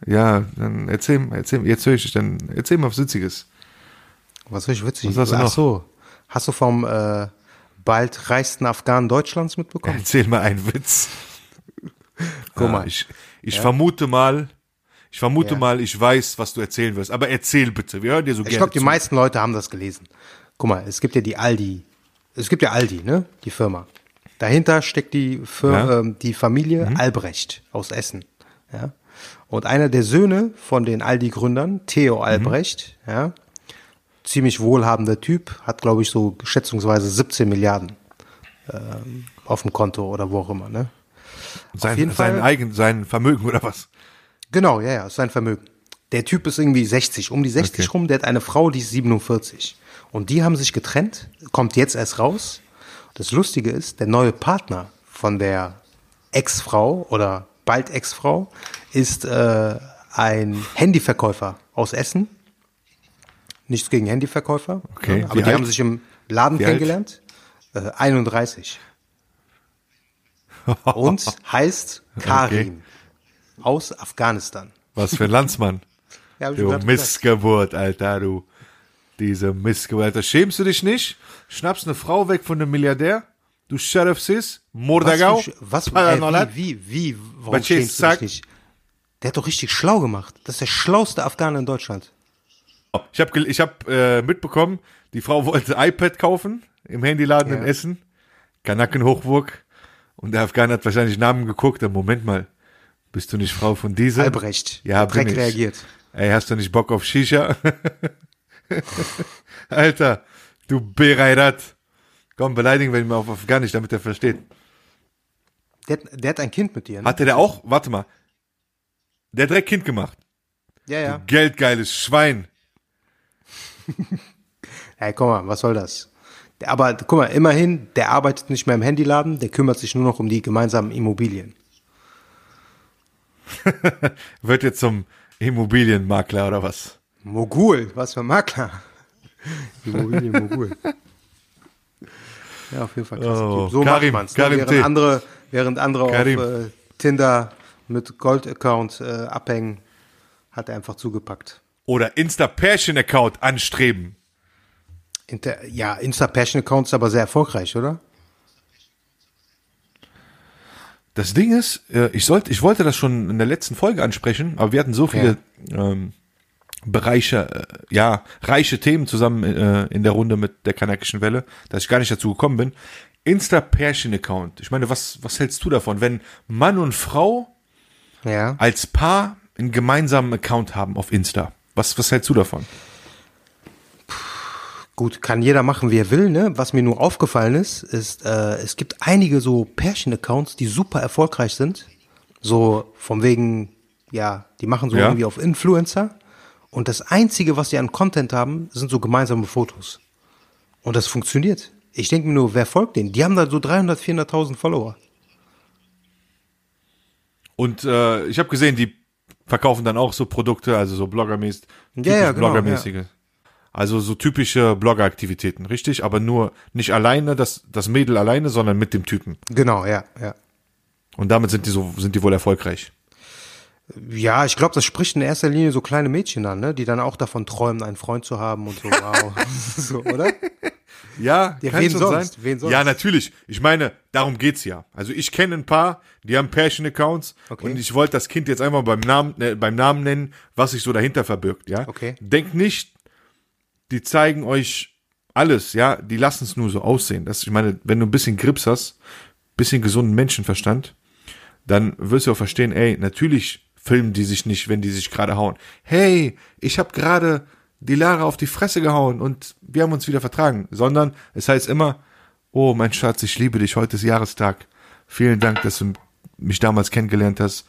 S2: Ja, dann erzähl, erzähl, jetzt höre ich dich, dann erzähl mal was Witziges.
S1: Was richtig witzig.
S2: Was hast du
S1: Ach
S2: noch?
S1: so. Hast du vom äh, bald reichsten Afghanen Deutschlands mitbekommen?
S2: Erzähl mal einen Witz.
S1: Guck
S2: Ja,
S1: mal.
S2: Ich, ich vermute mal, ich vermute
S1: Ja.
S2: mal, ich weiß, was du erzählen wirst. Aber erzähl bitte, wir hören dir so
S1: Ich
S2: gerne
S1: glaube, die
S2: zu.
S1: meisten Leute haben das gelesen. Guck mal, es gibt ja die Aldi. Es gibt ja Aldi, ne? Die Firma. Dahinter steckt die, Fir
S2: Ja. Mhm.
S1: ähm, die Familie Albrecht aus Essen. Ja? Und einer der Söhne von den Aldi-Gründern,
S2: Mhm.
S1: Theo Albrecht, ja, ziemlich wohlhabender Typ, hat, glaube ich, so schätzungsweise 17 Milliarden ähm, auf dem Konto oder wo auch immer. Ne?
S2: sein,
S1: jeden
S2: sein
S1: Fall-
S2: eigen, sein Vermögen oder was?
S1: Genau, ja, ja, ist sein Vermögen. Der Typ ist irgendwie 60, um die 60
S2: Okay.
S1: rum, der hat eine Frau, die ist 47. Und die haben sich getrennt, kommt jetzt erst raus. Das Lustige ist, der neue Partner von der Ex-Frau oder bald Ex-Frau ist äh, ein Handyverkäufer aus Essen. Nichts gegen Handyverkäufer,
S2: Okay,
S1: ne, aber
S2: wie
S1: die
S2: alt?
S1: haben sich im Laden
S2: Wie alt?
S1: kennengelernt. Äh, 31. Und heißt Karim aus Afghanistan.
S2: Was für ein Landsmann.
S1: Ja, hab ich mir
S2: Du
S1: grad gedacht.
S2: Missgeburt, Alter, du. Diese Missgeburt, Alter. Schämst du dich nicht? Schnappst eine Frau weg von einem Milliardär? Du Sheriff Sis? Mordagau?
S1: Was, für- was
S2: Paranolat?
S1: ey, wie, wie, wie, warum
S2: Bacchus
S1: schämst du dich
S2: sagt-
S1: nicht? Der hat doch richtig schlau gemacht. Das ist der schlauste Afghane in Deutschland.
S2: Ich habe ich hab, äh, mitbekommen, die Frau wollte iPad kaufen im Handyladen in
S1: Ja.
S2: Essen. Kanaken Hochburg. Und der Afghan hat wahrscheinlich Namen geguckt. Aber Moment mal, bist du nicht Frau von dieser?
S1: Albrecht.
S2: Ja, bin
S1: Dreck
S2: ich.
S1: reagiert.
S2: Ey, hast du nicht Bock auf Shisha? Alter, du Bereirat. Komm, beleidigen wir ihn mal auf Afghanisch, damit er versteht.
S1: Der, hat- der hat ein Kind mit dir. Ne?
S2: Hatte der auch, warte mal, der hat direkt Kind gemacht.
S1: ja, ja.
S2: Geldgeiles Schwein.
S1: Ey, guck mal, was soll das? Der- Aber guck mal, immerhin, der arbeitet nicht mehr im Handyladen, der kümmert sich nur noch um die gemeinsamen Immobilien.
S2: Wird jetzt zum Immobilienmakler oder was?
S1: Mogul, was für ein Makler. Immobilien-Mogul. ja, auf jeden Fall krasser
S2: Oh,
S1: Typ. So
S2: Karim,
S1: macht man's. ne?
S2: Karim
S1: während,
S2: T.
S1: andere, während andere
S2: Karim.
S1: auf äh, Tinder mit Gold-Account äh, abhängen, hat er einfach zugepackt.
S2: Oder Insta-Pärchen-Account anstreben.
S1: Inter, ja, Insta-Passion-Accounts aber sehr erfolgreich, oder?
S2: Das Ding ist, äh, ich sollte, ich wollte das schon in der letzten Folge ansprechen, aber wir hatten so viele ähm, Bereiche, äh, ja, reiche Themen zusammen äh, in der Runde mit der kanakischen Welle, dass ich gar nicht dazu gekommen bin. Insta-Pärchen-Account. Ich meine, was, was hältst du davon, wenn Mann und Frau
S1: Ja.
S2: als Paar einen gemeinsamen Account haben auf Insta? Was, was hältst du davon?
S1: Gut, kann jeder machen, wie er will, ne? Was mir nur aufgefallen ist, ist, äh, es gibt einige so Pärchen-Accounts, die super erfolgreich sind. So von wegen, ja, die machen so
S2: Ja.
S1: irgendwie auf Influencer. Und das Einzige, was sie an Content haben, sind so gemeinsame Fotos. Und das funktioniert. Ich denke mir nur, wer folgt denen? Die haben da so 300, 400.000 Follower.
S2: Und äh, ich habe gesehen, die verkaufen dann auch so Produkte, also so bloggermäßig, typisch
S1: ja, genau,
S2: bloggermäßige. Also so typische Bloggeraktivitäten, richtig? Aber nur nicht alleine, das, das Mädel alleine, sondern mit dem Typen.
S1: Genau, ja, ja.
S2: Und damit sind die so, sind die wohl erfolgreich.
S1: Ja, ich glaube, das spricht in erster Linie so kleine Mädchen an, ne? Die dann auch davon träumen, einen Freund zu haben und so, wow. so, oder?
S2: Ja,
S1: Ja,
S2: kann
S1: wen
S2: schon
S1: sonst?
S2: sein.
S1: Wen sonst?
S2: Ja, natürlich. Ich meine, darum geht's ja. Also ich kenne ein paar, die haben Passion-Accounts
S1: Okay.
S2: und ich wollte das Kind jetzt einfach beim Namen, äh, beim Namen nennen, was sich so dahinter verbirgt, ja.
S1: Okay.
S2: Denkt nicht, die zeigen euch alles, ja. Die lassen es nur so aussehen. Das, ich meine, wenn du ein bisschen Grips hast, bisschen gesunden Menschenverstand, dann wirst du auch verstehen, ey, natürlich filmen die sich nicht, wenn die sich gerade hauen. Hey, ich habe gerade die Lara auf die Fresse gehauen und wir haben uns wieder vertragen, sondern es heißt immer, oh mein Schatz, ich liebe dich, heute ist Jahrestag. Vielen Dank, dass du mich damals kennengelernt hast.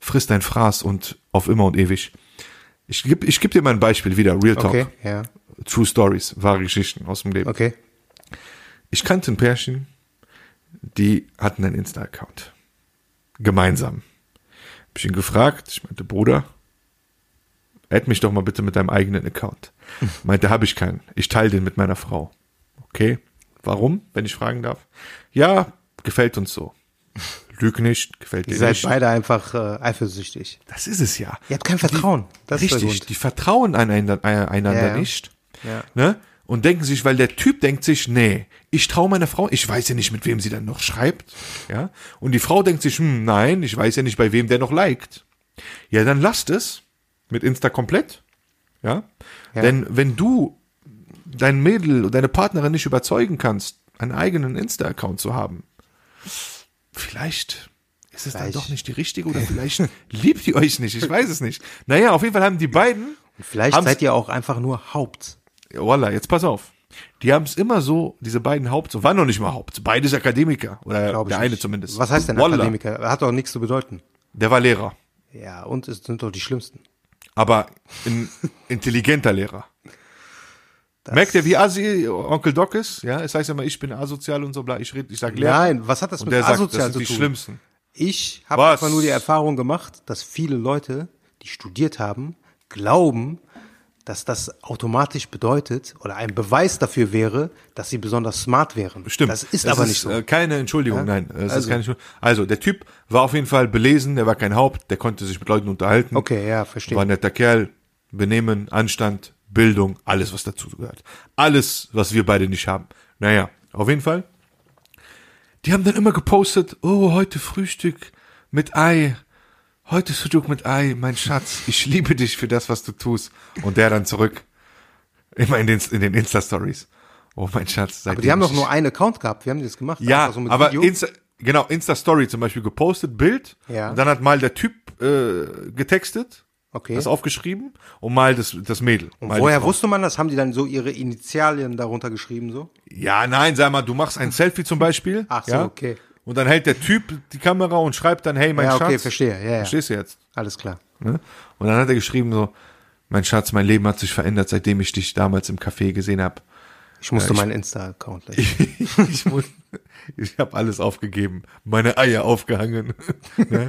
S2: Friss dein Fraß und auf immer und ewig. Ich geb, ich geb dir mal ein Beispiel wieder, Real Talk,
S1: Okay, ja.
S2: True Stories, wahre Geschichten aus dem Leben.
S1: Okay.
S2: Ich kannte ein Pärchen, die hatten einen Insta-Account. Gemeinsam. Hab ich ihn gefragt, ich meinte, Bruder, add mich doch mal bitte mit deinem eigenen Account. Meinte, habe ich keinen. Ich teile den mit meiner Frau. Okay, warum, wenn ich fragen darf? Ja, gefällt uns so. Lüg nicht, gefällt
S1: Ihr
S2: dir
S1: seid
S2: nicht.
S1: beide einfach äh, eifersüchtig.
S2: Das ist es ja.
S1: Ihr habt kein Vertrauen. Das ist der
S2: Richtig,
S1: Grund.
S2: die vertrauen einander, ein- einander
S1: Ja, ja.
S2: nicht.
S1: Ja.
S2: Ne? Und denken sich, weil der Typ denkt sich, nee, ich traue meiner Frau, ich weiß ja nicht, mit wem sie dann noch schreibt. Ja? Und die Frau denkt sich, hm, nein, ich weiß ja nicht, bei wem der noch liked. Ja, dann lasst es mit Insta komplett. Ja? Denn wenn du dein Mädel oder deine Partnerin nicht überzeugen kannst, einen eigenen Insta-Account zu haben, vielleicht ist es
S1: Vielleicht.
S2: dann doch nicht die richtige oder vielleicht liebt ihr euch nicht, ich weiß es nicht. Naja, auf jeden Fall haben die beiden
S1: Vielleicht
S2: Haben's-
S1: seid ihr auch einfach nur Haupt.
S2: ja, Voila, jetzt pass auf. Die haben es immer so, diese beiden Haupt, waren noch nicht mal Haupt, beides Akademiker. Oder
S1: Glaub ich
S2: der eine
S1: nicht.
S2: zumindest.
S1: Was heißt denn
S2: Voila,
S1: Akademiker? Hat doch nichts zu bedeuten.
S2: Der war Lehrer.
S1: Ja, und es sind doch die Schlimmsten.
S2: Aber ein intelligenter Lehrer. Merkt ihr, wie assi Onkel Doc ist? Ja, es heißt ja immer, ich bin asozial und so bla. Ich rede, ich sag Lehrer.
S1: Nein, was hat das
S2: und
S1: mit
S2: der sagt,
S1: asozial
S2: das sind
S1: zu
S2: die
S1: tun?
S2: Schlimmsten.
S1: Ich habe
S2: Was?
S1: einfach nur die Erfahrung gemacht, dass viele Leute, die studiert haben, glauben, dass das automatisch bedeutet oder ein Beweis dafür wäre, dass sie besonders smart wären.
S2: Stimmt.
S1: Das ist
S2: Es
S1: aber nicht so.
S2: äh, Keine Entschuldigung, nein. Es also.
S1: also.
S2: Ist keine Entschuldigung. also, der Typ war auf jeden Fall belesen, der war kein Haupt, der konnte sich mit Leuten unterhalten.
S1: okay, ja, verstehe.
S2: War ein netter Kerl. Benehmen, Anstand, Bildung, alles, was dazu gehört. Alles, was wir beide nicht haben. Naja, auf jeden Fall. Die haben dann immer gepostet, oh, heute Frühstück mit Ei. Heute Frühstück mit Ei, mein Schatz. Ich liebe dich für das, was du tust. Und der dann zurück. Immer in den, in den Insta-Stories. Oh, mein Schatz.
S1: Aber die haben doch nur einen Account gehabt. Wir haben das gemacht.
S2: Ja,
S1: einfach so mit
S2: aber
S1: Video.
S2: Insta, genau, Insta-Story zum Beispiel gepostet, Bild.
S1: Ja.
S2: Und dann hat mal der Typ äh, getextet.
S1: Okay.
S2: Das aufgeschrieben und mal das, das Mädel. Und mal die
S1: Woher
S2: Frau.
S1: wusste man das? Haben die dann so ihre Initialien darunter geschrieben so?
S2: Ja, nein, sag mal, du machst ein Selfie zum Beispiel.
S1: Ach so,
S2: ja,
S1: okay.
S2: Und dann hält der Typ die Kamera und schreibt dann, hey, mein
S1: Ja,
S2: Schatz.
S1: okay, verstehe, ja, ja.
S2: Verstehst du jetzt?
S1: Alles klar.
S2: Ne? Und dann hat er geschrieben so, mein Schatz, mein Leben hat sich verändert, seitdem ich dich damals im Café gesehen habe.
S1: Ich musste meinen Insta-Account löschen.
S2: ich muss, ich habe alles aufgegeben, meine Eier aufgehangen. Ja.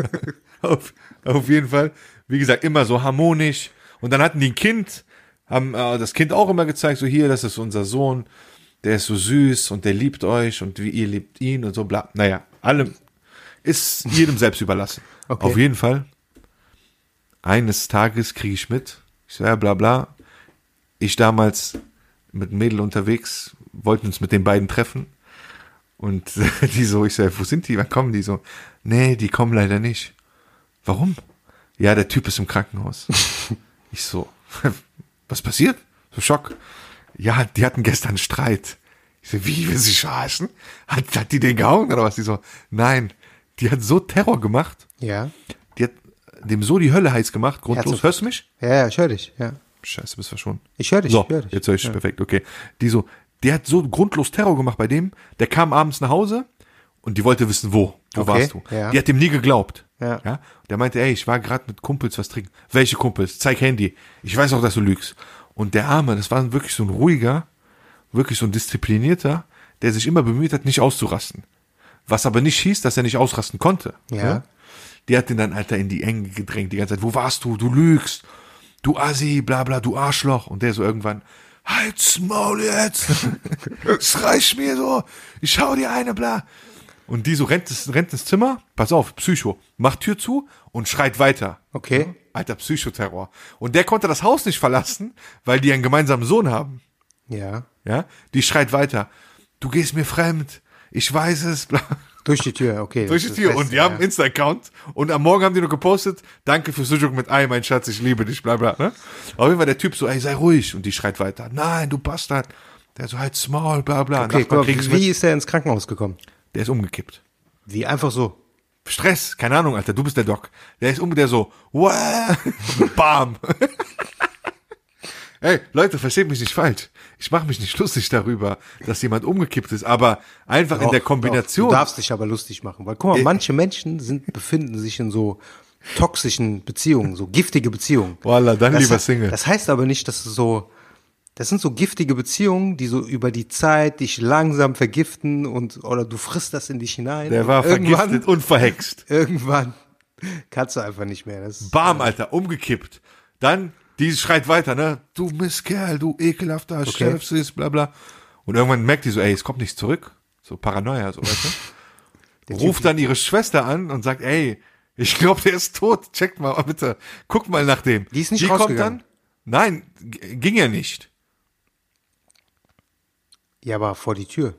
S2: auf, auf jeden Fall, wie gesagt, immer so harmonisch. Und dann hatten die ein Kind, haben äh, das Kind auch immer gezeigt, so hier, das ist unser Sohn, der ist so süß und der liebt euch und wie ihr liebt ihn und so bla. Naja, allem ist jedem selbst überlassen.
S1: Okay.
S2: Auf jeden Fall. Eines Tages kriege ich mit, ich sage ja, bla bla, ich damals mit einem Mädel unterwegs, wollten uns mit den beiden treffen. Und die so, ich so, wo sind die, wann kommen die? So, nee, die kommen leider nicht. Warum? Ja, der Typ ist im Krankenhaus. ich so, was passiert? So Schock. Ja, die hatten gestern einen Streit. Ich so, wie, will sie schaßen? Hat, hat die den gehauen oder was? Die so, nein, die hat so Terror gemacht.
S1: Ja.
S2: Die hat dem so die Hölle heiß gemacht, grundlos.
S1: Herzog.
S2: Hörst du mich?
S1: Ja, ja, ich höre dich. Ja.
S2: Scheiße, bist verschwunden.
S1: Ich höre dich,
S2: So,
S1: ich höre dich.
S2: jetzt höre ich dich perfekt, okay. Die so, der hat so grundlos Terror gemacht bei dem, der kam abends nach Hause und die wollte wissen, wo. Wo
S1: Okay,
S2: warst du?
S1: ja.
S2: Die hat ihm nie geglaubt.
S1: Ja.
S2: Der meinte, ey, ich war gerade mit Kumpels was trinken. Welche Kumpels? Zeig Handy. Ich weiß auch, dass du lügst. Und der Arme, das war wirklich so ein ruhiger, wirklich so ein disziplinierter, der sich immer bemüht hat, nicht auszurasten. Was aber nicht hieß, dass er nicht ausrasten konnte. ne?
S1: Ja.
S2: Die hat den dann, Alter, in die Enge gedrängt, die ganze Zeit, wo warst du, du lügst, du Assi, bla bla, du Arschloch. Und der so irgendwann, halt's Maul jetzt, es reicht mir so, ich hau dir eine, bla. Und die so rennt, ins- rennt ins Zimmer, pass auf, Psycho, macht Tür zu und schreit weiter.
S1: Okay.
S2: Alter, Psychoterror. Und der konnte das Haus nicht verlassen, weil die einen gemeinsamen Sohn haben.
S1: Ja.
S2: Ja, die schreit weiter, du gehst mir fremd, ich weiß es, bla.
S1: Durch die Tür, okay.
S2: Durch die
S1: das
S2: Tür.
S1: ist
S2: und
S1: fest,
S2: die haben
S1: ja.
S2: einen Insta-Account. Und am Morgen haben die noch gepostet, danke fürs Sujuk mit Ei, mein Schatz, ich liebe dich, bla bla. Ne? Auf jeden Fall der Typ so, ey, sei ruhig. Und die schreit weiter, nein, du Bastard. Der so, halt small, bla bla.
S1: Okay,
S2: Nachbar
S1: guck,
S2: kriegt's
S1: wie
S2: mit.
S1: ist er ins Krankenhaus gekommen?
S2: Der ist umgekippt.
S1: Wie einfach so.
S2: Stress, keine Ahnung, Alter, du bist der Doc. Der ist um, der so, wow, bam. Ey, Leute, versteht mich nicht falsch. Ich mache mich nicht lustig darüber, dass jemand umgekippt ist, aber einfach in
S1: Doch,
S2: der
S1: doch.
S2: Kombination. Äh,
S1: Du darfst dich aber lustig machen, weil guck mal, manche Menschen sind, befinden sich in so toxischen Beziehungen, so giftige Beziehungen.
S2: Voila, dann
S1: das,
S2: lieber Single.
S1: Das heißt aber nicht, dass es so, das sind so giftige Beziehungen, die so über die Zeit dich langsam vergiften und, oder du frisst das in dich hinein.
S2: der
S1: Und
S2: war
S1: irgendwann,
S2: vergiftet und verhext.
S1: Irgendwann kannst du einfach nicht mehr. Das,
S2: Bam, Alter, umgekippt. Dann, die schreit weiter, ne? Du Mistkerl, du ekelhafter okay. Chefsis, bla bla. Und irgendwann merkt die so, ey, es kommt nichts zurück. So Paranoia, so, weißt du? Ruft dann ihre Schwester an und sagt, ey, ich glaube, der ist tot. Checkt mal, oh, bitte. Guck mal nach dem.
S1: Die ist nicht rausgegangen.
S2: Nein, g- ging ja nicht.
S1: ja, aber vor die Tür.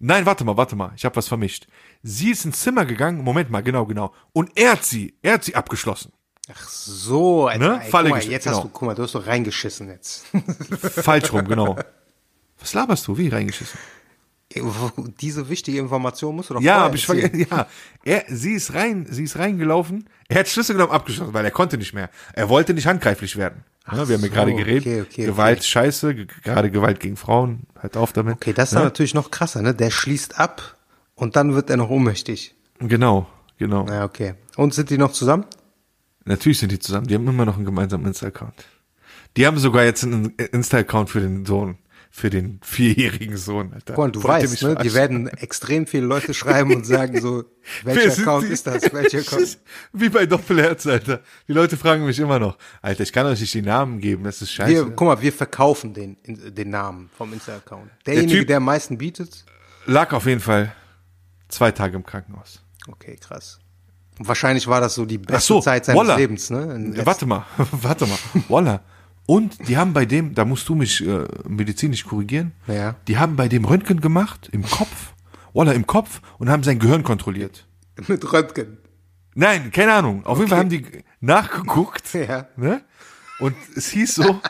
S2: Nein, warte mal, warte mal. Ich habe was vermischt. Sie ist ins Zimmer gegangen. Moment mal, genau, genau. Und er hat sie, er hat sie abgeschlossen.
S1: Ach so, Alter,
S2: Ne?
S1: ey,
S2: Falle
S1: guck mal,
S2: gesch-
S1: jetzt
S2: genau.
S1: hast du, guck mal, du hast doch reingeschissen jetzt.
S2: Falsch rum, genau. Was laberst du? Wie reingeschissen?
S1: Diese wichtige Information musst du doch
S2: Ja,
S1: vorher
S2: hab ich
S1: erzählen.
S2: vergessen. Ja, er, sie ist rein, sie ist reingelaufen. Er hat Schlüssel genommen, abgeschossen, weil er konnte nicht mehr. Er wollte nicht handgreiflich werden. Ne, wir haben
S1: so,
S2: ja gerade geredet.
S1: okay, okay,
S2: Gewalt, Scheiße, ge- gerade Gewalt gegen Frauen. Halt auf damit.
S1: Okay, das ist dann
S2: ne?
S1: natürlich noch krasser, ne? Der schließt ab und dann wird er noch ohnmächtig.
S2: Genau, genau.
S1: Ja, okay. Und sind die noch zusammen?
S2: Natürlich sind die zusammen. Die haben immer noch einen gemeinsamen Insta-Account. Die haben sogar jetzt einen Insta-Account für den Sohn, für den vierjährigen Sohn. Alter.
S1: Boah, und du
S2: Wollt
S1: weißt,
S2: ihr
S1: ne?
S2: mich verarschen?
S1: Die werden extrem viele Leute schreiben und sagen so,
S2: Wer
S1: welcher
S2: sind
S1: Account
S2: Sie?
S1: ist das? Welcher Account?
S2: Wie bei Doppelherz, Alter. Die Leute fragen mich immer noch. Alter, ich kann euch nicht die Namen geben, das ist scheiße.
S1: Wir, guck mal, wir verkaufen den, den Namen vom Insta-Account. Derjenige,
S2: Typ-
S1: der am meisten bietet?
S2: lag auf jeden Fall zwei Tage im Krankenhaus.
S1: Okay, krass. Und wahrscheinlich war das so die beste
S2: so,
S1: Zeit seines
S2: Waller.
S1: Lebens, ne? In-
S2: Äh, warte mal, warte mal. Voila. Und die haben bei dem, da musst du mich äh, medizinisch korrigieren,
S1: Ja.
S2: die haben bei dem Röntgen gemacht, im Kopf, Voila, im Kopf und haben sein Gehirn kontrolliert.
S1: Mit Röntgen.
S2: Nein, keine Ahnung. Auf jeden Fall haben die nachgeguckt.
S1: Ja.
S2: Ne? Und es hieß so,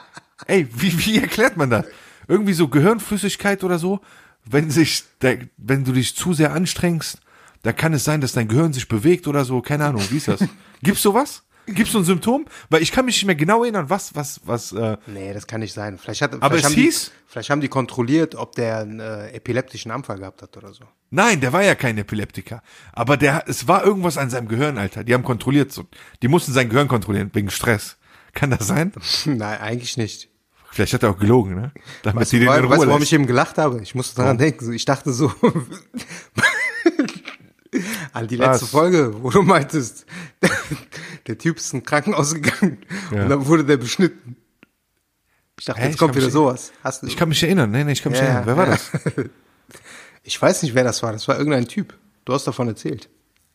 S2: ey, wie, wie erklärt man das? Irgendwie so Gehirnflüssigkeit oder so, wenn sich, de- wenn du dich zu sehr anstrengst, dann kann es sein, dass dein Gehirn sich bewegt oder so. Keine Ahnung, wie ist das? Gibt's sowas? Gibt's so ein Symptom? Weil ich kann mich nicht mehr genau erinnern, was, was, was, äh,
S1: Nee, das kann nicht sein. Vielleicht hat,
S2: Aber
S1: vielleicht
S2: es
S1: haben
S2: hieß-
S1: Die, vielleicht haben die kontrolliert, ob der einen äh, epileptischen Anfall gehabt hat oder so.
S2: Nein, der war ja kein Epileptiker. Aber der, es war irgendwas an seinem Gehirn, Alter. Die haben kontrolliert, so. Die mussten sein Gehirn kontrollieren, wegen Stress. Kann das sein?
S1: Nein, eigentlich nicht.
S2: Vielleicht hat er auch gelogen, ne? Damit sie den in
S1: Weil,
S2: Ruhe
S1: weißt du, warum
S2: lässt.
S1: ich eben gelacht habe? Ich musste daran denken. so, Ich dachte so an die letzte
S2: Was?
S1: Folge, wo du meintest, der Typ ist in ein Krankenhaus gegangen
S2: Ja.
S1: und dann wurde der beschnitten. Ich dachte,
S2: Hä,
S1: jetzt
S2: ich
S1: kommt
S2: kann
S1: wieder
S2: mich-
S1: sowas. Hast du,
S2: Ich kann mich erinnern, nee, nee, ich kann mich
S1: Ja,
S2: erinnern. Wer war
S1: ja.
S2: das?
S1: ich weiß nicht, wer das war. Das war irgendein Typ. Du hast davon erzählt.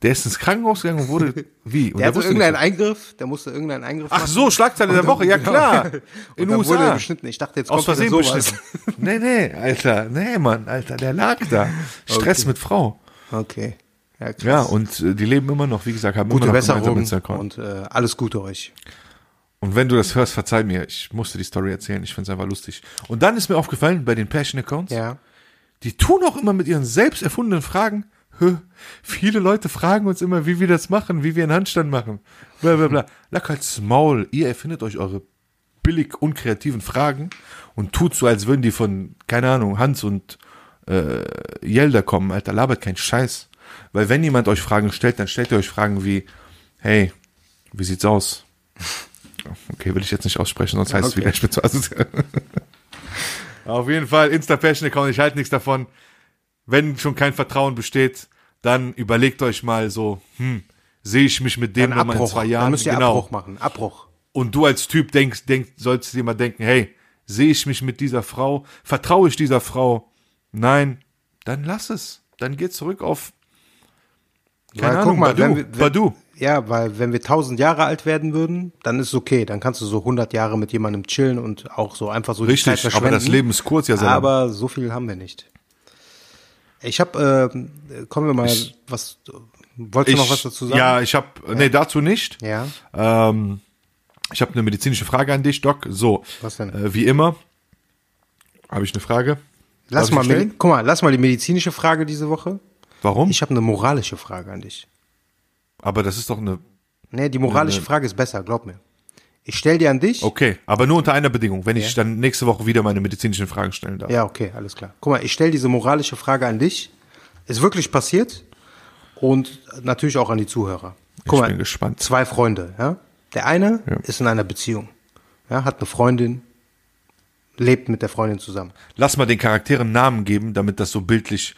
S2: Der ist ins Krankenhaus gegangen und wurde wie? Und
S1: Der hatte
S2: wusste
S1: irgendeinen
S2: nicht-
S1: Eingriff, der musste irgendeinen Eingriff
S2: Ach
S1: machen.
S2: so, Schlagzeile der Woche, ja klar. In
S1: genau. und dann wurde er
S2: USA.
S1: beschnitten. Ich dachte, jetzt
S2: Aus
S1: kommt wieder
S2: Versehen
S1: sowas.
S2: beschnitten. Nee, nee, Alter. Nee, Mann, Alter, der lag da. Stress mit Frau.
S1: Okay. Ja, krass.
S2: Ja, und äh, die leben immer noch, wie gesagt, haben
S1: gute
S2: immer noch gemeinsam
S1: Besserung
S2: Instagram. Und,
S1: und äh, alles Gute euch.
S2: und wenn du das hörst, verzeih mir, ich musste die Story erzählen, ich find's einfach lustig. Und dann ist mir aufgefallen, bei den Passion-Accounts,
S1: Ja.
S2: die tun auch immer mit ihren selbst erfundenen Fragen. Hö, Viele Leute fragen uns immer, wie wir das machen, wie wir einen Handstand machen. Bla bla bla. Lack halt's Maul. Ihr erfindet euch eure billig unkreativen Fragen und tut so, als würden die von, keine Ahnung, Hans und äh, Jelda kommen. Alter, labert keinen Scheiß. Weil wenn jemand euch Fragen stellt, dann stellt ihr euch Fragen wie, hey, wie sieht's aus? Okay, will ich jetzt nicht aussprechen, sonst heißt es wieder, ich bin zu asozial. Auf jeden Fall, Insta-Passion-Account, ich halte nichts davon. Wenn schon kein Vertrauen besteht, dann überlegt euch mal so, hm, sehe ich mich mit dem
S1: Ein
S2: nochmal in
S1: Abbruch.
S2: zwei Jahren?
S1: Dann müsst ihr
S2: genau.
S1: Abbruch machen. Abbruch.
S2: Und du als Typ denkst, denkst, sollst dir mal denken, hey, sehe ich mich mit dieser Frau? Vertraue ich dieser Frau? Nein, dann lass es. Dann geh zurück auf, keine
S1: Weil, guck
S2: Ahnung,
S1: mal,
S2: Badu.
S1: wenn wir- wenn-
S2: Badu.
S1: Ja, weil wenn wir 1000 Jahre alt werden würden, dann ist es okay. Dann kannst du so 100 Jahre mit jemandem chillen und auch so einfach so die Zeit
S2: Richtig,
S1: verschwenden.
S2: aber das Leben ist kurz, ja, Salam.
S1: Aber so viel haben wir nicht. Ich habe, äh, kommen wir mal, was, wolltest du noch was dazu sagen?
S2: Ja, ich habe, nee, dazu nicht.
S1: Ja,
S2: Ähm, ich habe eine medizinische Frage an dich, Doc. So,
S1: Was denn?
S2: Äh, wie immer habe ich eine Frage. Darf
S1: lass
S2: ich
S1: mal,
S2: die
S1: Medi-
S2: stellen?
S1: guck mal, lass mal die medizinische Frage diese Woche.
S2: Warum?
S1: Ich habe eine moralische Frage an dich.
S2: aber das ist doch eine.
S1: Nee, die
S2: ne.
S1: moralische Frage ist besser, glaub mir. Ich stell dir an dich.
S2: Okay, aber nur unter einer Bedingung, wenn ich dann nächste Woche wieder meine medizinischen Fragen stellen darf.
S1: Ja, okay, alles klar. Guck mal, ich stell diese moralische Frage an dich. Ist wirklich passiert und natürlich auch an die Zuhörer. Guck
S2: ich
S1: mal,
S2: bin gespannt.
S1: zwei Freunde, ja? Der eine ist in einer Beziehung. Ja, hat eine Freundin, lebt mit der Freundin zusammen.
S2: Lass mal den Charakteren Namen geben, damit das so bildlich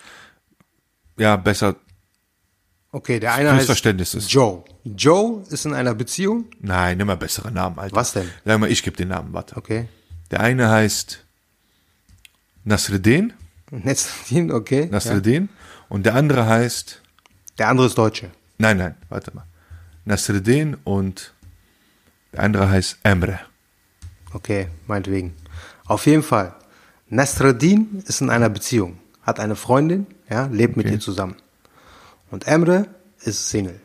S2: ja besser.
S1: Okay, der eine
S2: Missverständnis
S1: heißt
S2: ist-
S1: Joe. Joe ist in einer Beziehung.
S2: Nein, nimm mal bessere Namen, Alter.
S1: Was denn?
S2: Sag mal, ich gebe den Namen, warte.
S1: Okay.
S2: Der eine heißt Nasreddin,
S1: Nestin, okay. Ja.
S2: Nasreddin und der andere heißt
S1: Der andere ist Deutsche.
S2: Nein, nein, warte mal. Nasreddin und der andere heißt Emre.
S1: Okay, meinetwegen. Auf jeden Fall. Nasreddin ist in einer Beziehung, hat eine Freundin, ja, lebt mit ihr zusammen. Und Emre ist Single.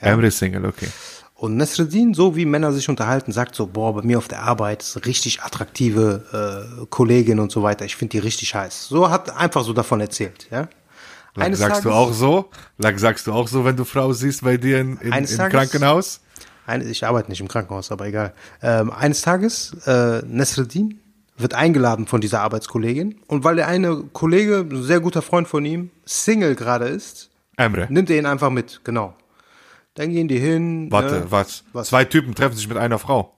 S2: Emre ist Single, okay.
S1: Und Nasreddin, so wie Männer sich unterhalten, sagt so, boah, bei mir auf der Arbeit ist richtig attraktive äh, Kollegin und so weiter. Ich finde die richtig heiß. So hat einfach so davon erzählt, ja.
S2: Lack, sagst du auch so? Lack, sagst du auch so, wenn du Frau siehst bei dir in, in,
S1: Eines
S2: im
S1: Tages-
S2: Krankenhaus?
S1: Ein, ich arbeite nicht im Krankenhaus, aber egal. Ähm, eines Tages, äh, Nesreddin wird eingeladen von dieser Arbeitskollegin. Und weil der eine Kollege, ein sehr guter Freund von ihm, Single gerade ist,
S2: Emre.
S1: nimmt er ihn einfach mit, genau. Dann gehen die hin.
S2: Warte,
S1: ne?
S2: was?
S1: Was?
S2: Zwei Typen treffen sich mit einer Frau.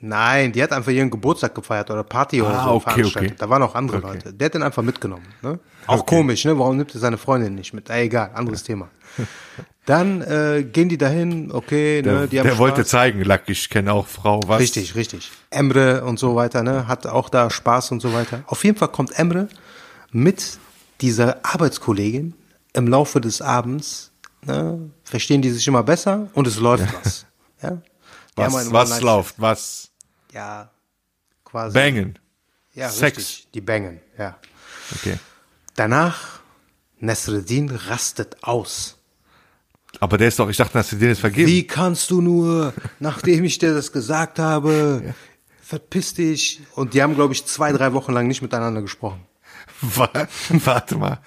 S1: Nein, die hat einfach ihren Geburtstag gefeiert oder Party oder
S2: Ah,
S1: so
S2: okay,
S1: veranstaltet.
S2: okay.
S1: Da waren auch andere
S2: Okay.
S1: Leute. Der hat den einfach mitgenommen. Ne? Auch komisch, ne? Warum nimmt er seine Freundin nicht mit? Ah, egal, anderes Thema. Dann äh, gehen die dahin, okay, ne, die haben
S2: der wollte
S1: Spaß.
S2: zeigen, Lack, ich kenne auch Frau, was?
S1: Richtig, richtig. Emre und so weiter, ne? Hat auch da Spaß und so weiter. Auf jeden Fall kommt Emre mit dieser Arbeitskollegin im Laufe des Abends, ne? Verstehen die sich immer besser und es läuft was. Ja? Die
S2: Was,
S1: haben einen
S2: was
S1: One-Night-
S2: läuft? Was?
S1: Ja, quasi.
S2: Bangen.
S1: Ja,
S2: Sex.
S1: richtig. Die bangen, ja.
S2: Okay.
S1: Danach, Nesreddin rastet aus.
S2: Aber der ist doch, ich dachte, Nasreddin ist vergeben.
S1: Wie kannst du nur, nachdem ich dir das gesagt habe, verpiss dich. Und die haben, glaube ich, zwei, drei Wochen lang nicht miteinander gesprochen.
S2: Wa- warte mal.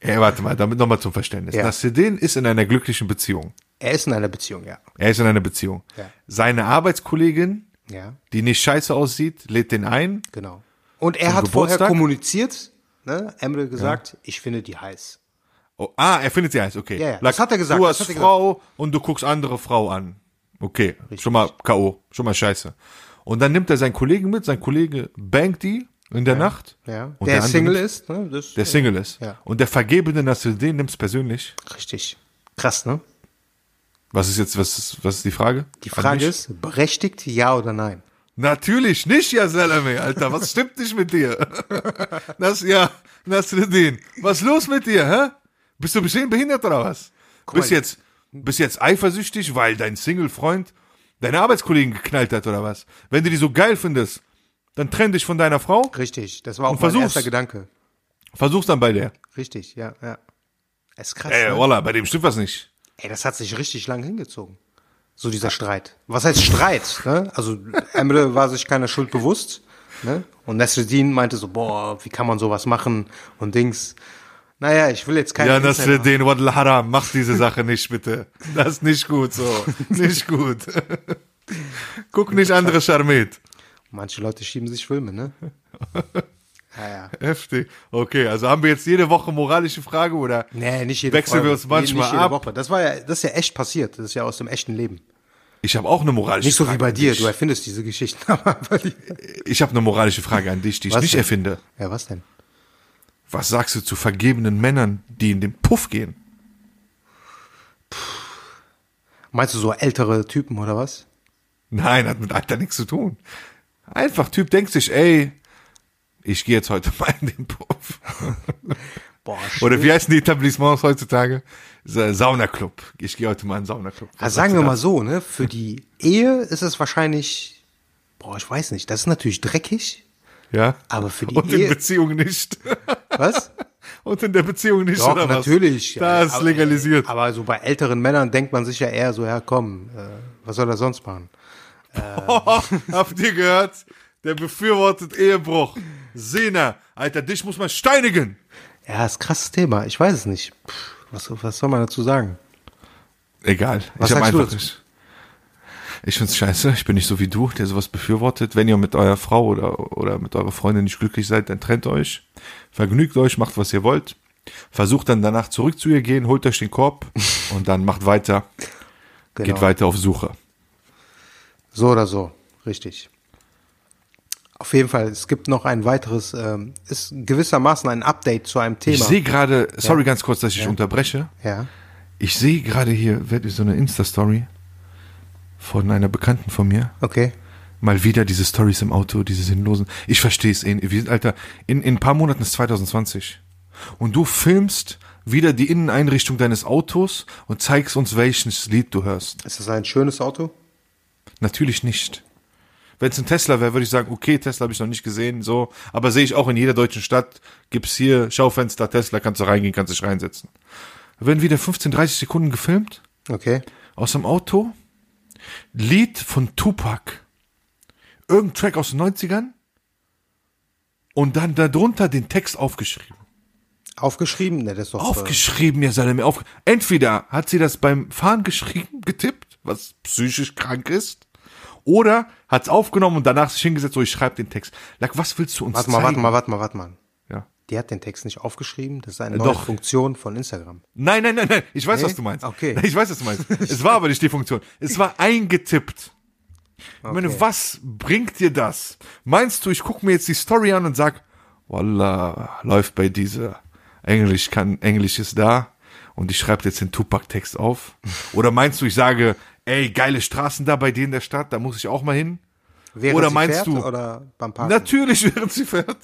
S2: Ey, warte mal, damit nochmal zum Verständnis.
S1: Ja.
S2: Nasreddin ist in einer glücklichen Beziehung.
S1: Er ist in einer Beziehung, ja.
S2: Er ist in einer Beziehung.
S1: Ja.
S2: Seine Arbeitskollegin,
S1: Ja,
S2: die nicht scheiße aussieht, lädt den ein.
S1: genau. Und er
S2: Zum
S1: hat vorher
S2: Geburtstag?
S1: kommuniziert, ne, Emre gesagt, ich finde die heiß.
S2: Oh, ah, er findet sie heiß, okay.
S1: Ja, ja,
S2: Lack,
S1: das hat er gesagt,
S2: Du
S1: das
S2: hast
S1: hat er
S2: Frau und du guckst andere Frau an. Okay, schon mal K.O., schon mal scheiße. Und dann nimmt er seinen Kollegen mit, sein Kollege bangt die in der Nacht.
S1: Ja.
S2: Und
S1: der
S2: andere
S1: Single
S2: nimmt-
S1: ist, ne, das,
S2: Der Single ist.
S1: Ja.
S2: Und der vergebene Nasreddin nimmt es persönlich.
S1: richtig. Krass, ne?
S2: Was ist jetzt, was ist, was ist die Frage?
S1: Die
S2: An
S1: Frage
S2: mich?
S1: ist, berechtigt ja oder nein?
S2: Natürlich nicht, ja Salame, Alter. Was stimmt nicht mit dir? Das, ja, Nasreddin. Was ist los mit dir, hä? Bist du bestimmt behindert oder was?
S1: mal,
S2: Bist jetzt, bist jetzt eifersüchtig, weil dein Single-Freund deine Arbeitskollegen geknallt hat oder was? Wenn du die so geil findest, dann trenn dich von deiner Frau,
S1: Richtig, das war auch mein
S2: Und versuch's.
S1: erster Gedanke.
S2: versuch's dann bei der.
S1: Richtig, ja, ja. Es ist krass.
S2: Ey,
S1: ne?
S2: Walla, bei dem stimmt was nicht.
S1: Ey, das hat sich richtig lang hingezogen. So dieser Streit. Was heißt Streit? Ne? Also Emre war sich keiner Schuld bewusst. Ne? Und Nasreddin meinte so, boah, wie kann man sowas machen? Und Dings. Naja, ich will jetzt keine
S2: Ja,
S1: Insider-
S2: Nasreddin Wadl Haram, mach diese Sache nicht, bitte. Das ist nicht gut so. Nicht gut. Guck nicht andere Charmet.
S1: Manche Leute schieben sich Filme, ne? Naja.
S2: Heftig. Okay, also haben wir jetzt jede Woche moralische Frage oder?
S1: Nee, nicht jede
S2: Wechseln
S1: Folge.
S2: wir uns manchmal
S1: nicht jede
S2: ab.
S1: Woche. Das war ja, das ist ja echt passiert. Das ist ja aus dem echten Leben.
S2: Ich habe auch eine moralische
S1: Nicht so
S2: Frage
S1: wie bei
S2: an
S1: dir.
S2: dich.
S1: Du erfindest diese Geschichten. aber bei dir-
S2: Ich habe eine moralische Frage an dich, die ich
S1: Was
S2: nicht
S1: denn?
S2: erfinde.
S1: ja, was denn?
S2: Was sagst du zu vergebenen Männern, die in den Puff gehen?
S1: Meinst du so ältere Typen oder was?
S2: Nein, hat mit Alter nichts zu tun. Einfach Typ denkt sich, ey, ich gehe jetzt heute mal in den Puff.
S1: Boah,
S2: Oder wie heißen die Etablissements heutzutage? Sa- Saunaclub. Ich gehe heute mal in den Saunaclub.
S1: Also sagen wir mal so, ne? Für die Ehe ist es wahrscheinlich, boah, ich weiß nicht, das ist natürlich dreckig,
S2: Ja.
S1: aber für die
S2: Und in
S1: Ehe.
S2: Beziehung nicht.
S1: Was?
S2: Und in der Beziehung nicht,
S1: Doch,
S2: oder was?
S1: natürlich.
S2: Da ist
S1: Aber- äh,
S2: legalisiert.
S1: Aber so bei älteren Männern denkt man sich ja eher so, ja komm, äh, was soll er sonst machen?
S2: Habt ihr gehört? Der befürwortet Ehebruch. Sena, Alter, dich muss man steinigen.
S1: Ja, ist ein krasses Thema, ich weiß es nicht. Pff, was, was soll man dazu sagen?
S2: Egal.
S1: Was
S2: ich
S1: sagst
S2: hab
S1: du
S2: einfach
S1: dazu?
S2: nicht. Ich find's scheiße. Ich bin nicht so wie du, der sowas befürwortet. Wenn ihr mit eurer Frau oder, oder mit eurer Freundin nicht glücklich seid, dann trennt euch. Vergnügt euch, macht was ihr wollt. Versucht dann danach zurück zu ihr gehen, holt euch den Korb und dann macht weiter,
S1: Genau.
S2: geht weiter auf Suche.
S1: So oder so, richtig. Auf jeden Fall, es gibt noch ein weiteres, ähm, ist gewissermaßen ein Update zu einem Thema.
S2: Ich sehe gerade, sorry ganz kurz, dass ich unterbreche.
S1: ja.
S2: Ich sehe gerade hier, wird so eine Insta-Story von einer Bekannten von mir.
S1: Okay.
S2: Mal wieder diese Stories im Auto, diese sinnlosen. Ich verstehe es. Wir sind, Alter, in, in ein paar Monaten ist 2020. Und du filmst wieder die Inneneinrichtung deines Autos und zeigst uns, welches Lied du hörst.
S1: Ist das ein schönes Auto?
S2: Natürlich nicht. Wenn es ein Tesla wäre, würde ich sagen, okay, Tesla habe ich noch nicht gesehen, so. Aber sehe ich auch in jeder deutschen Stadt, gibt's hier Schaufenster, Tesla, kannst du reingehen, kannst dich reinsetzen. Werden wieder 15, 30 Sekunden gefilmt
S1: Okay.
S2: aus dem Auto. Lied von Tupac. Irgendein Track aus den 90ern. Und dann darunter den Text aufgeschrieben.
S1: Aufgeschrieben? Ne, das ist doch. äh,
S2: Aufgeschrieben, ja, Salem, auf. Entweder hat sie das beim Fahren geschrieben, getippt, was psychisch krank ist, oder hat's aufgenommen und danach sich hingesetzt, so, ich schreibe den Text. Lack, was willst du uns
S1: Warte mal, warte
S2: zeigen?
S1: mal, warte mal, warte mal.
S2: Ja.
S1: Die hat den Text nicht aufgeschrieben. Das ist eine neue
S2: Äh, doch.
S1: Funktion von Instagram.
S2: Nein, nein, nein, nein, ich weiß,
S1: Nee?
S2: was du meinst.
S1: Okay.
S2: Ich weiß, was du meinst. Es war aber nicht die Funktion. Es war eingetippt. Ich meine, was bringt dir das? Meinst du, ich gucke mir jetzt die Story an und sag, Wallah, läuft bei dieser. Englisch kann, Englisch ist da und ich schreibe jetzt den Tupac-Text auf. Oder meinst du, ich sage, ey, geile Straßen da bei denen in der Stadt, da muss ich auch mal hin?
S1: Während
S2: Oder
S1: sie
S2: meinst
S1: fährt
S2: du-
S1: Oder beim Parken.
S2: Natürlich, während sie fährt.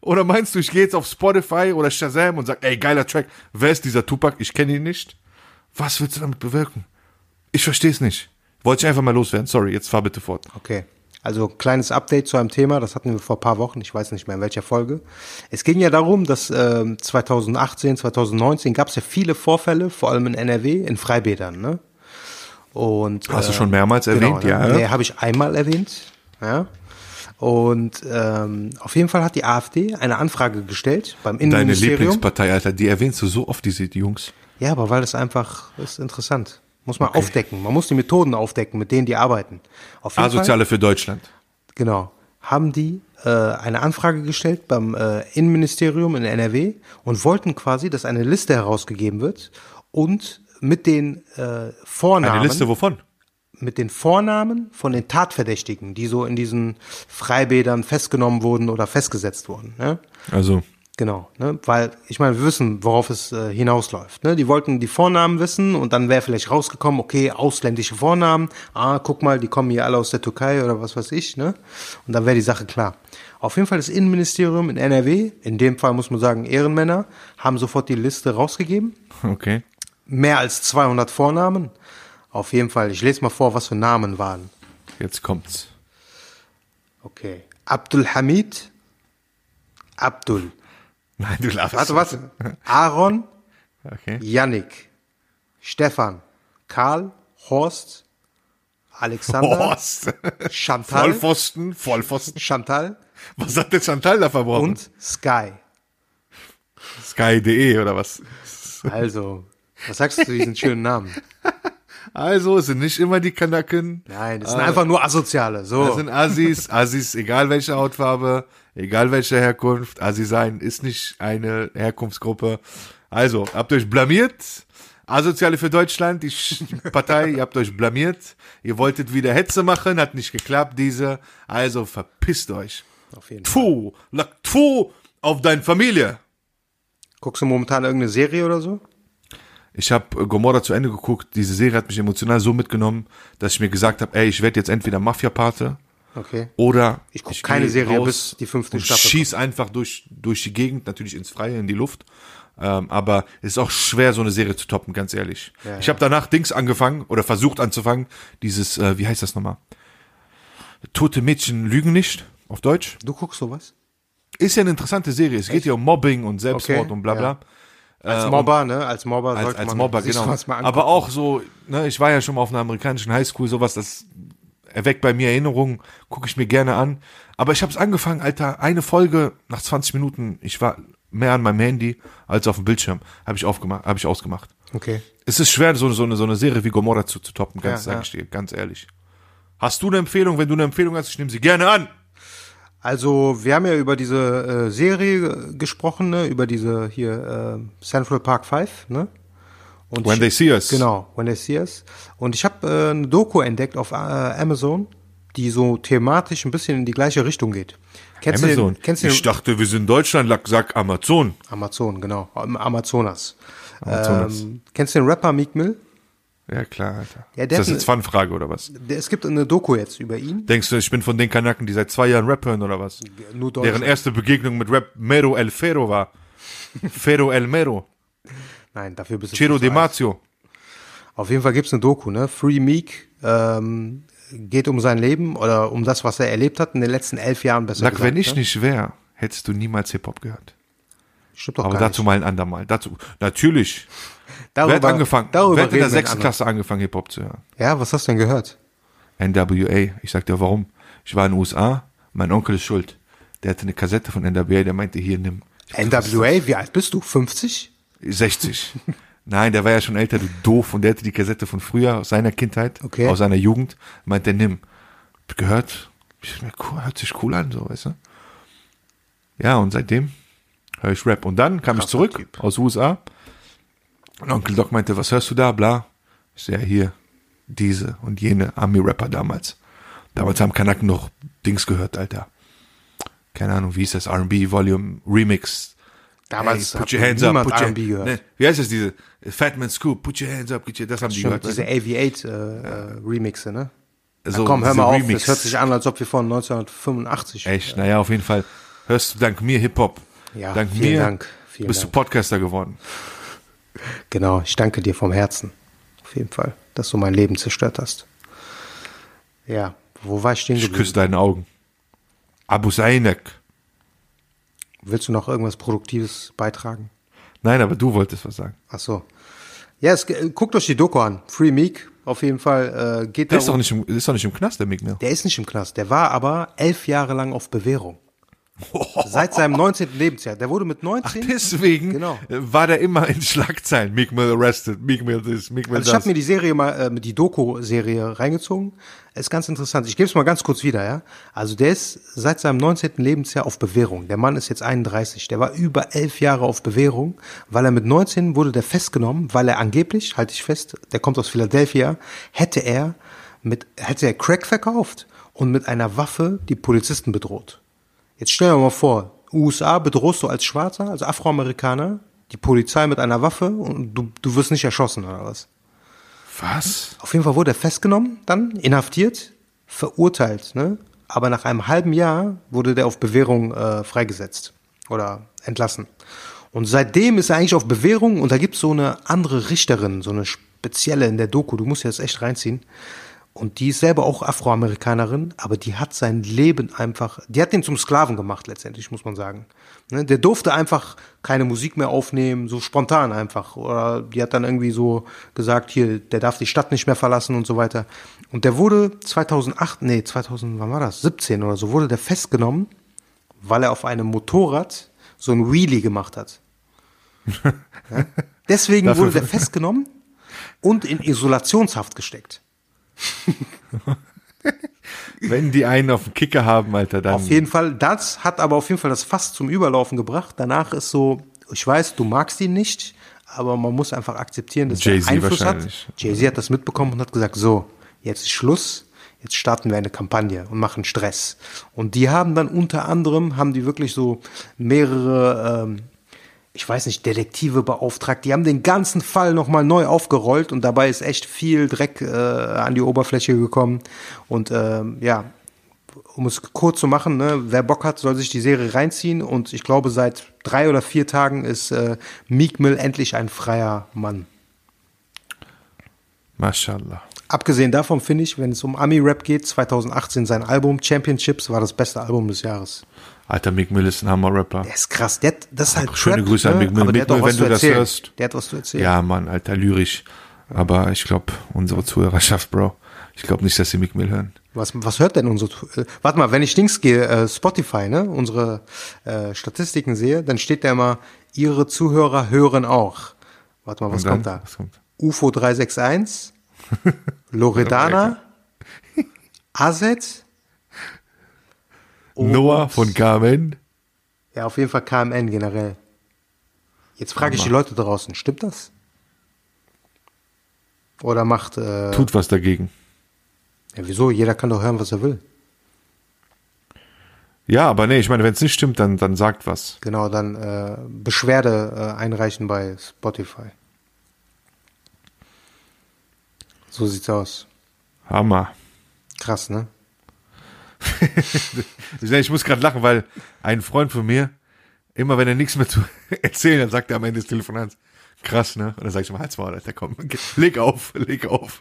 S2: Oder meinst du, ich gehe jetzt auf Spotify oder Shazam und sag, ey, geiler Track, wer ist dieser Tupac? Ich kenne ihn nicht. Was willst du damit bewirken? Ich verstehe es nicht. Wollte ich einfach mal loswerden. Sorry, jetzt fahr bitte fort.
S1: Okay. Also kleines Update zu einem Thema, das hatten wir vor ein paar Wochen, ich weiß nicht mehr in welcher Folge. Es ging ja darum, dass ähm, 2018, 2019 gab es ja viele Vorfälle, vor allem in NRW, in Freibädern. Ne? Und,
S2: Hast du
S1: äh,
S2: schon mehrmals erwähnt,
S1: ne?
S2: ja.
S1: Nee, habe ich einmal erwähnt. Ja. Und ähm, auf jeden Fall hat die AfD eine Anfrage gestellt beim
S2: Deine
S1: Innenministerium.
S2: Lieblingspartei, Alter, die erwähnst du so oft, diese Jungs.
S1: Ja, aber weil das einfach ist interessant. Muss man aufdecken. Man muss die Methoden aufdecken, mit denen die arbeiten. Auf
S2: Ah,
S1: jeden Fall-
S2: Asoziale für Deutschland.
S1: Genau. Haben die äh, eine Anfrage gestellt beim äh, Innenministerium in NRW und wollten quasi, dass eine Liste herausgegeben wird und mit den äh,
S2: Eine
S1: Vornamen
S2: Liste wovon?
S1: mit den Vornamen von den Tatverdächtigen, die so in diesen Freibädern festgenommen wurden oder festgesetzt wurden. Ne?
S2: Also,
S1: Genau, ne? weil ich meine, wir wissen, worauf es äh, hinausläuft. Ne? Die wollten die Vornamen wissen und dann wäre vielleicht rausgekommen, okay, ausländische Vornamen, ah, guck mal, die kommen hier alle aus der Türkei oder was weiß ich, ne? Und dann wäre die Sache klar. Auf jeden Fall das Innenministerium in NRW, in dem Fall muss man sagen Ehrenmänner, haben sofort die Liste rausgegeben
S2: okay.
S1: mehr als 200 Vornamen. Auf jeden Fall, ich lese mal vor, was für Namen waren.
S2: Jetzt kommt's.
S1: Okay. Abdul Hamid, Abdul.
S2: Nein, du lachst.
S1: Warte, warte. Aaron,
S2: Okay.
S1: Yannick, Stefan, Karl, Horst, Alexander,
S2: Horst.
S1: Chantal,
S2: Vollpfosten, Vollpfosten.
S1: Chantal
S2: Was hat denn Chantal da verbrochen?
S1: und Sky.
S2: Sky.de oder was?
S1: Also, was sagst du zu diesen schönen Namen?
S2: Also, es sind nicht immer die Kanaken.
S1: Nein, das sind einfach nur Asoziale.
S2: Äh, Das
S1: So.
S2: sind Assis. Assis, egal welche Hautfarbe, egal welche Herkunft. Assi sein ist nicht eine Herkunftsgruppe. Also, habt euch blamiert. Asoziale für Deutschland, die Sch- Partei, ihr habt euch blamiert. Ihr wolltet wieder Hetze machen, hat nicht geklappt, diese. Also verpisst euch.
S1: Auf jeden Fall.
S2: Tfu, lag tfu auf deine Familie.
S1: Guckst du momentan irgendeine Serie oder so?
S2: Ich habe Gomorra zu Ende geguckt. Diese Serie hat mich emotional so mitgenommen, dass ich mir gesagt habe, ey, ich werde jetzt entweder Mafia-Pate
S1: Okay.
S2: oder
S1: Ich guck keine
S2: geh
S1: Serie,
S2: raus
S1: bis die fünfte
S2: und
S1: Staffel
S2: Schieß einfach durch durch die Gegend, natürlich ins Freie, in die Luft. Ähm, aber es ist auch schwer, so eine Serie zu toppen, ganz ehrlich. ich habe danach Dings angefangen oder versucht anzufangen. Dieses, äh, wie heißt das nochmal? Tote Mädchen lügen nicht auf Deutsch.
S1: Du guckst sowas?
S2: Ist ja eine interessante Serie. Es geht ja um Mobbing und Selbstmord
S1: Okay,
S2: und bla bla.
S1: ja. Als Mobber, ne? Als Mobber
S2: Ähm, Als,
S1: sollte
S2: als
S1: man
S2: Mobber,
S1: sich
S2: genau.
S1: sowas mal
S2: Aber
S1: angucken.
S2: auch so, ne, ich war ja schon mal auf einer amerikanischen Highschool, sowas, das erweckt bei mir Erinnerungen, gucke ich mir gerne an. Aber ich habe es angefangen, Alter, eine Folge nach 20 Minuten, ich war mehr an meinem Handy als auf dem Bildschirm, habe ich aufgemacht, habe ich ausgemacht.
S1: Okay.
S2: Es ist schwer, so, so, eine, so eine Serie wie Gomorra zu, zu toppen, ganz,
S1: Ja,
S2: sag ich dir, ganz ehrlich. Hast du eine Empfehlung? Wenn du eine Empfehlung hast, ich nehme sie gerne an.
S1: Also, wir haben ja über diese äh, Serie äh, gesprochen, ne? über diese hier äh, Central Park 5, ne? Und
S2: When
S1: ich,
S2: they see us.
S1: Genau, When They See Us. Und ich habe äh, eine Doku entdeckt auf äh, Amazon, die so thematisch ein bisschen in die gleiche Richtung geht. Kennst du
S2: Amazon.
S1: den, kennst du den
S2: ich dachte, wir sind in Deutschland, Lack, sag Amazon.
S1: Amazon, genau, am Amazonas.
S2: Amazonas.
S1: Ähm, kennst du den Rapper Meek Mill?
S2: Ja, klar, Alter.
S1: Ja, der
S2: ist das
S1: hat
S2: jetzt Fanfrage oder was?
S1: Der, es gibt eine Doku jetzt über ihn.
S2: Denkst du, ich bin von den Kanaken, die seit zwei Jahren Rap hören oder was?
S1: Nur
S2: Deren erste Begegnung mit Rap Mero El Fero war. Fero El Mero.
S1: Nein, dafür bist du
S2: Ciro
S1: nicht
S2: De
S1: so alt.
S2: Mazio.
S1: Auf jeden Fall gibt's eine Doku, ne? Free Meek ähm, geht um sein Leben oder um das, was er erlebt hat in den letzten elf Jahren besser
S2: Sag,
S1: gesagt.
S2: wenn ich
S1: ne?
S2: nicht wäre, hättest du niemals Hip-Hop gehört.
S1: Stimmt doch
S2: Aber
S1: gar
S2: dazu mal ein andermal. Dazu, natürlich.
S1: nicht.
S2: Wer hat angefangen?
S1: Darüber
S2: Wer hat in der
S1: reden wir
S2: sechsten
S1: anderen.
S2: Klasse angefangen, Hip-Hop zu hören?
S1: Ja, was hast du denn gehört?
S2: NWA. Ich sag dir warum. Ich war in den USA, mein Onkel ist schuld. Der hatte eine Kassette von NWA, der meinte, hier nimm. Ich hab gesagt,
S1: NWA, wie alt bist du? 50?
S2: 60. Nein, der war ja schon älter, du doof. Und der hatte die Kassette von früher, aus seiner Kindheit,
S1: Okay.
S2: aus seiner Jugend. Meint der, nimm. Hab Gehört, Ich mir, cool, hört sich cool an, so, weißt du. Ja, und seitdem höre ich Rap. Und dann kam ich
S1: Krasser
S2: zurück
S1: Typ.
S2: aus USA. Und Onkel Doc meinte, was hörst du da, bla. Ich sehe ja, hier, diese und jene Army-Rapper damals. Damals haben Kanaken noch Dings gehört, Alter. Keine Ahnung, wie hieß das? R&B Volume Remix
S1: Damals hat
S2: Hey, put your hands up,
S1: niemand
S2: put your,
S1: R&B gehört.
S2: Ne, wie heißt das diese? Fat Man Scoop, put your hands up, put your, das haben die
S1: Stimmt,
S2: gehört. ne?
S1: diese AV8 äh, äh, Remixe, ne?
S2: so,
S1: Komm, hör
S2: diese
S1: mal auf,
S2: Remix.
S1: das hört sich an, als ob wir von 1985.
S2: Echt, naja, auf jeden Fall hörst du dank mir Hip-Hop.
S1: Ja,
S2: dank
S1: vielen
S2: mir
S1: Dank, vielen
S2: bist
S1: Dank.
S2: du Podcaster geworden.
S1: Genau, ich danke dir vom Herzen. Auf jeden Fall, dass du mein Leben zerstört hast. Ja, wo war ich stehen
S2: Ich
S1: geblieben?
S2: küsse deine Augen. Abu Sainek.
S1: Willst du noch irgendwas Produktives beitragen?
S2: Nein, aber du wolltest was sagen.
S1: Ach so. Ja, es, äh, guckt euch die Doku an. Free Meek, auf jeden Fall. Äh, geht
S2: Der
S1: da
S2: ist doch nicht im, ist doch nicht im Knast, der Migner.
S1: Der ist nicht im Knast. Der war aber elf Jahre lang auf Bewährung. Seit seinem 19. Lebensjahr. Der wurde mit 19.
S2: Deswegen
S1: Genau.
S2: äh, war der immer in Schlagzeilen. Meek Mill arrested, Meek Mill this, Meek Mill
S1: Also ich
S2: das.
S1: habe mir die Serie mal, äh, die Doku-Serie reingezogen. Ist ganz interessant. Ich gebe es mal ganz kurz wieder, ja. Also der ist seit seinem 19. Lebensjahr auf Bewährung. Der Mann ist jetzt 31. Der war über elf Jahre auf Bewährung, weil er mit 19 wurde der festgenommen, weil er angeblich, halte ich fest, der kommt aus Philadelphia, hätte er mit, hätte er Crack verkauft und mit einer Waffe die Polizisten bedroht. Jetzt stell dir mal vor, USA bedrohst du als Schwarzer, als Afroamerikaner, die Polizei mit einer Waffe und du, du wirst nicht erschossen oder was?
S2: Was?
S1: Auf jeden Fall wurde er festgenommen, dann inhaftiert, verurteilt. Ne? Aber nach einem halben Jahr wurde der auf Bewährung äh, freigesetzt oder entlassen. Und seitdem ist er eigentlich auf Bewährung und da gibt's so eine andere Richterin, so eine spezielle in der Doku, du musst dir das echt reinziehen. Und die ist selber auch Afroamerikanerin, aber die hat sein Leben einfach, die hat den zum Sklaven gemacht letztendlich, muss man sagen. Ne, Der durfte einfach keine Musik mehr aufnehmen, so spontan einfach. Oder die hat dann irgendwie so gesagt, hier, der darf die Stadt nicht mehr verlassen und so weiter. Und der wurde 2008, nee, 2000, wann war das? 17 oder so, wurde der festgenommen, weil er auf einem Motorrad so ein Wheelie gemacht hat. Ja? Deswegen wurde der festgenommen und in Isolationshaft gesteckt.
S2: Wenn die einen auf den Kicker haben, Alter, dann.
S1: Auf jeden Fall, das hat aber auf jeden Fall das Fass zum Überlaufen gebracht. Danach ist so, ich weiß, du magst ihn nicht, aber man muss einfach akzeptieren, dass er
S2: Jay-Z
S1: Einfluss hat.
S2: wahrscheinlich.
S1: Jay-Z hat das mitbekommen und hat gesagt, so, jetzt ist Schluss, jetzt starten wir eine Kampagne und machen Stress. Und die haben dann unter anderem, haben die wirklich so mehrere, ähm, ich weiß nicht, Detektive beauftragt. Die haben den ganzen Fall nochmal neu aufgerollt und dabei ist echt viel Dreck äh, an die Oberfläche gekommen. Und ähm, ja, um es kurz zu machen, ne, wer Bock hat, soll sich die Serie reinziehen. Und ich glaube, seit drei oder vier Tagen ist äh, Meek Mill endlich ein freier Mann.
S2: Mashallah.
S1: Abgesehen davon finde ich, wenn es um Ami-Rap geht, 2018 sein Album Championships war das beste Album des Jahres.
S2: Alter, Mick Mill ist ein Hammer-Rapper.
S1: Der ist krass. Der hat, das ist halt
S2: schöne
S1: Trap,
S2: Grüße an Meek Mill.
S1: Aber der hat
S2: Meek
S1: auch
S2: Mill,
S1: was
S2: wenn
S1: zu
S2: du das
S1: erzählen.
S2: hörst.
S1: Der hat was zu erzählen.
S2: Ja, Mann, Alter, lyrisch. Aber ich glaube, unsere Zuhörerschaft, Bro, ich glaube nicht, dass sie Mick Mill hören.
S1: Was, was hört denn unsere? äh, Warte mal, wenn ich links gehe, äh, Spotify, ne, unsere äh, Statistiken sehe, dann steht da immer, ihre Zuhörer hören auch. Warte mal, was
S2: Und dann?
S1: kommt da?
S2: Was kommt?
S1: UFO 361, Loredana, Azet,
S2: Noah von Carmen.
S1: ja, auf jeden Fall KMN generell. Jetzt frage ich die Leute draußen, stimmt das? Oder macht, äh, ja,
S2: Tut was dagegen.
S1: wieso? Jeder kann doch hören, was er will.
S2: Ja, aber nee, ich meine, wenn es nicht stimmt, dann, dann sagt was.
S1: Genau, dann äh, Beschwerde äh, einreichen bei Spotify. So sieht's aus.
S2: Hammer.
S1: Krass, ne?
S2: Ich muss gerade lachen, weil ein Freund von mir, immer wenn er nichts mehr zu erzählen hat, sagt er am Ende des Telefonats, krass, ne? Und dann sag ich mal, halt's mal, Alter, komm, leg auf, leg auf.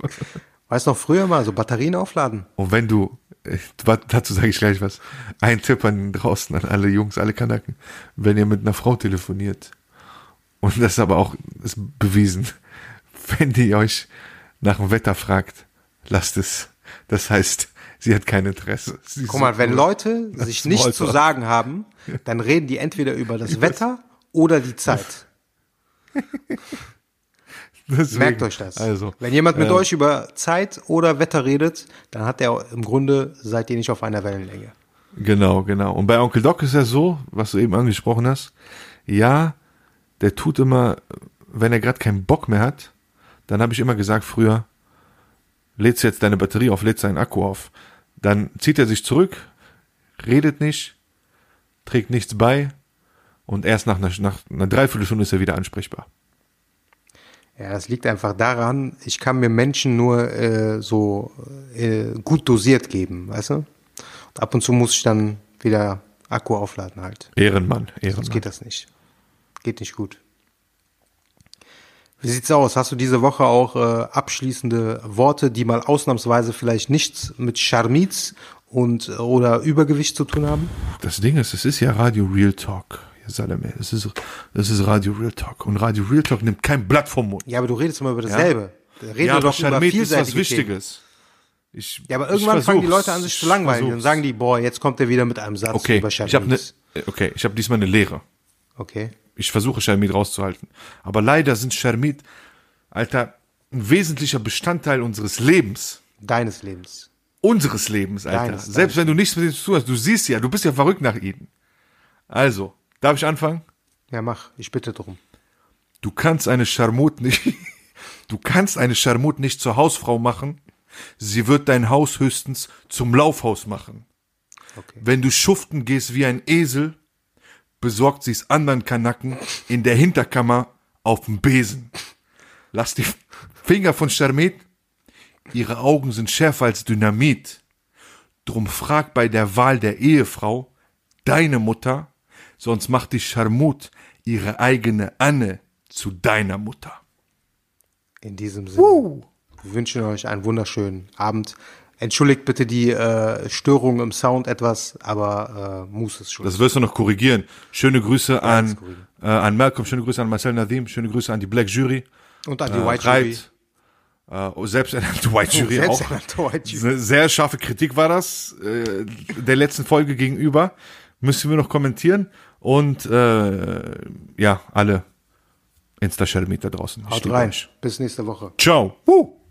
S1: Weißt du noch früher mal, so Batterien aufladen?
S2: Und wenn du, äh, wa- dazu sage ich gleich was, ein Tipp an draußen, an alle Jungs, alle Kanaken, wenn ihr mit einer Frau telefoniert, und das ist aber auch ist bewiesen, wenn die euch nach dem Wetter fragt, lasst es. Das heißt, sie hat kein Interesse. Sie
S1: Guck mal,
S2: sucht
S1: wenn
S2: nur-
S1: Leute sich nicht
S2: Smalltalk.
S1: zu sagen haben, dann reden die entweder über das Wetter oder die Zeit.
S2: Deswegen,
S1: Merkt euch das.
S2: Also,
S1: Wenn jemand mit
S2: äh,
S1: euch über Zeit oder Wetter redet, dann hat er im Grunde, seid ihr nicht auf einer Wellenlänge.
S2: Genau, genau. Und bei Onkel Doc ist ja so, was du eben angesprochen hast. Ja, der tut immer, wenn er gerade keinen Bock mehr hat, dann habe ich immer gesagt früher, lädst du jetzt deine Batterie auf, lädst deinen Akku auf. Dann zieht er sich zurück, redet nicht, trägt nichts bei und erst nach einer, nach einer Dreiviertelstunde ist er wieder ansprechbar.
S1: Ja, das liegt einfach daran, ich kann mir Menschen nur äh, so äh, gut dosiert geben, weißt du? Und ab und zu muss ich dann wieder Akku aufladen halt.
S2: Ehrenmann,
S1: Sonst
S2: Ehrenmann.
S1: geht das nicht. Geht nicht gut. Wie sieht's aus? Hast du diese Woche auch äh, abschließende Worte, die mal ausnahmsweise vielleicht nichts mit Charmiz und äh, oder Übergewicht zu tun haben?
S2: Das Ding ist, es ist ja Radio Real Talk. Ihr Salome, es ist, es ist Radio Real Talk. Und Radio Real Talk nimmt kein Blatt vom Mund.
S1: Ja, aber du redest immer über dasselbe. Ja. Rede
S2: aber
S1: doch über
S2: Charmit ist
S1: vielseitige
S2: was
S1: Themen.
S2: Wichtiges. Ich,
S1: Ja, aber
S2: ich
S1: irgendwann fangen die
S2: versuch's.
S1: Leute an, sich zu
S2: Ich
S1: langweilen. Dann
S2: versuch's.
S1: sagen die, boah, jetzt kommt er wieder mit einem Satz
S2: okay,
S1: über
S2: ich ne-
S1: Charmiz.
S2: habe eine, okay, ich habe diesmal eine Lehre.
S1: Okay.
S2: Ich versuche Schermit rauszuhalten. Aber leider sind Schermit, Alter, ein wesentlicher Bestandteil unseres Lebens.
S1: Deines Lebens.
S2: Unseres Lebens, Alter.
S1: Deines,
S2: Selbst wenn du nichts mit ihm zu tun hast, du siehst ja, du bist ja verrückt nach ihnen. Also, darf ich anfangen?
S1: Ja, mach. Ich bitte drum.
S2: Du kannst eine Scharmut nicht, du kannst eine Scharmut nicht zur Hausfrau machen. Sie wird dein Haus höchstens zum Laufhaus machen.
S1: Okay.
S2: Wenn du schuften gehst wie ein Esel, besorgt sie's anderen Kanacken in der Hinterkammer auf dem Besen. Lass die Finger von Scharmet. Ihre Augen sind schärfer als Dynamit. Drum frag bei der Wahl der Ehefrau deine Mutter, sonst macht dich Scharmut, ihre eigene Anne, zu deiner Mutter.
S1: In diesem Sinne. Wir wünschen euch einen wunderschönen Abend. Entschuldigt bitte die äh, Störung im Sound etwas, aber äh, Moose ist schuld.
S2: Das wirst du noch korrigieren. Schöne Grüße an,
S1: korrigieren.
S2: äh, an Malcolm, schöne Grüße an Marcel Nadim, schöne Grüße an die Black Jury.
S1: Und an die
S2: äh,
S1: White Jury.
S2: Reit, Äh, oh, selbsternannte White Jury auch.
S1: Selbsternannte White Jury.
S2: Eine sehr scharfe Kritik war das äh, der letzten Folge gegenüber. Müssen wir noch kommentieren. Und äh, ja, alle Insta-Schermit da draußen. Ich
S1: Haut
S2: liebe
S1: rein.
S2: euch.
S1: Bis nächste Woche.
S2: Ciao. Woo.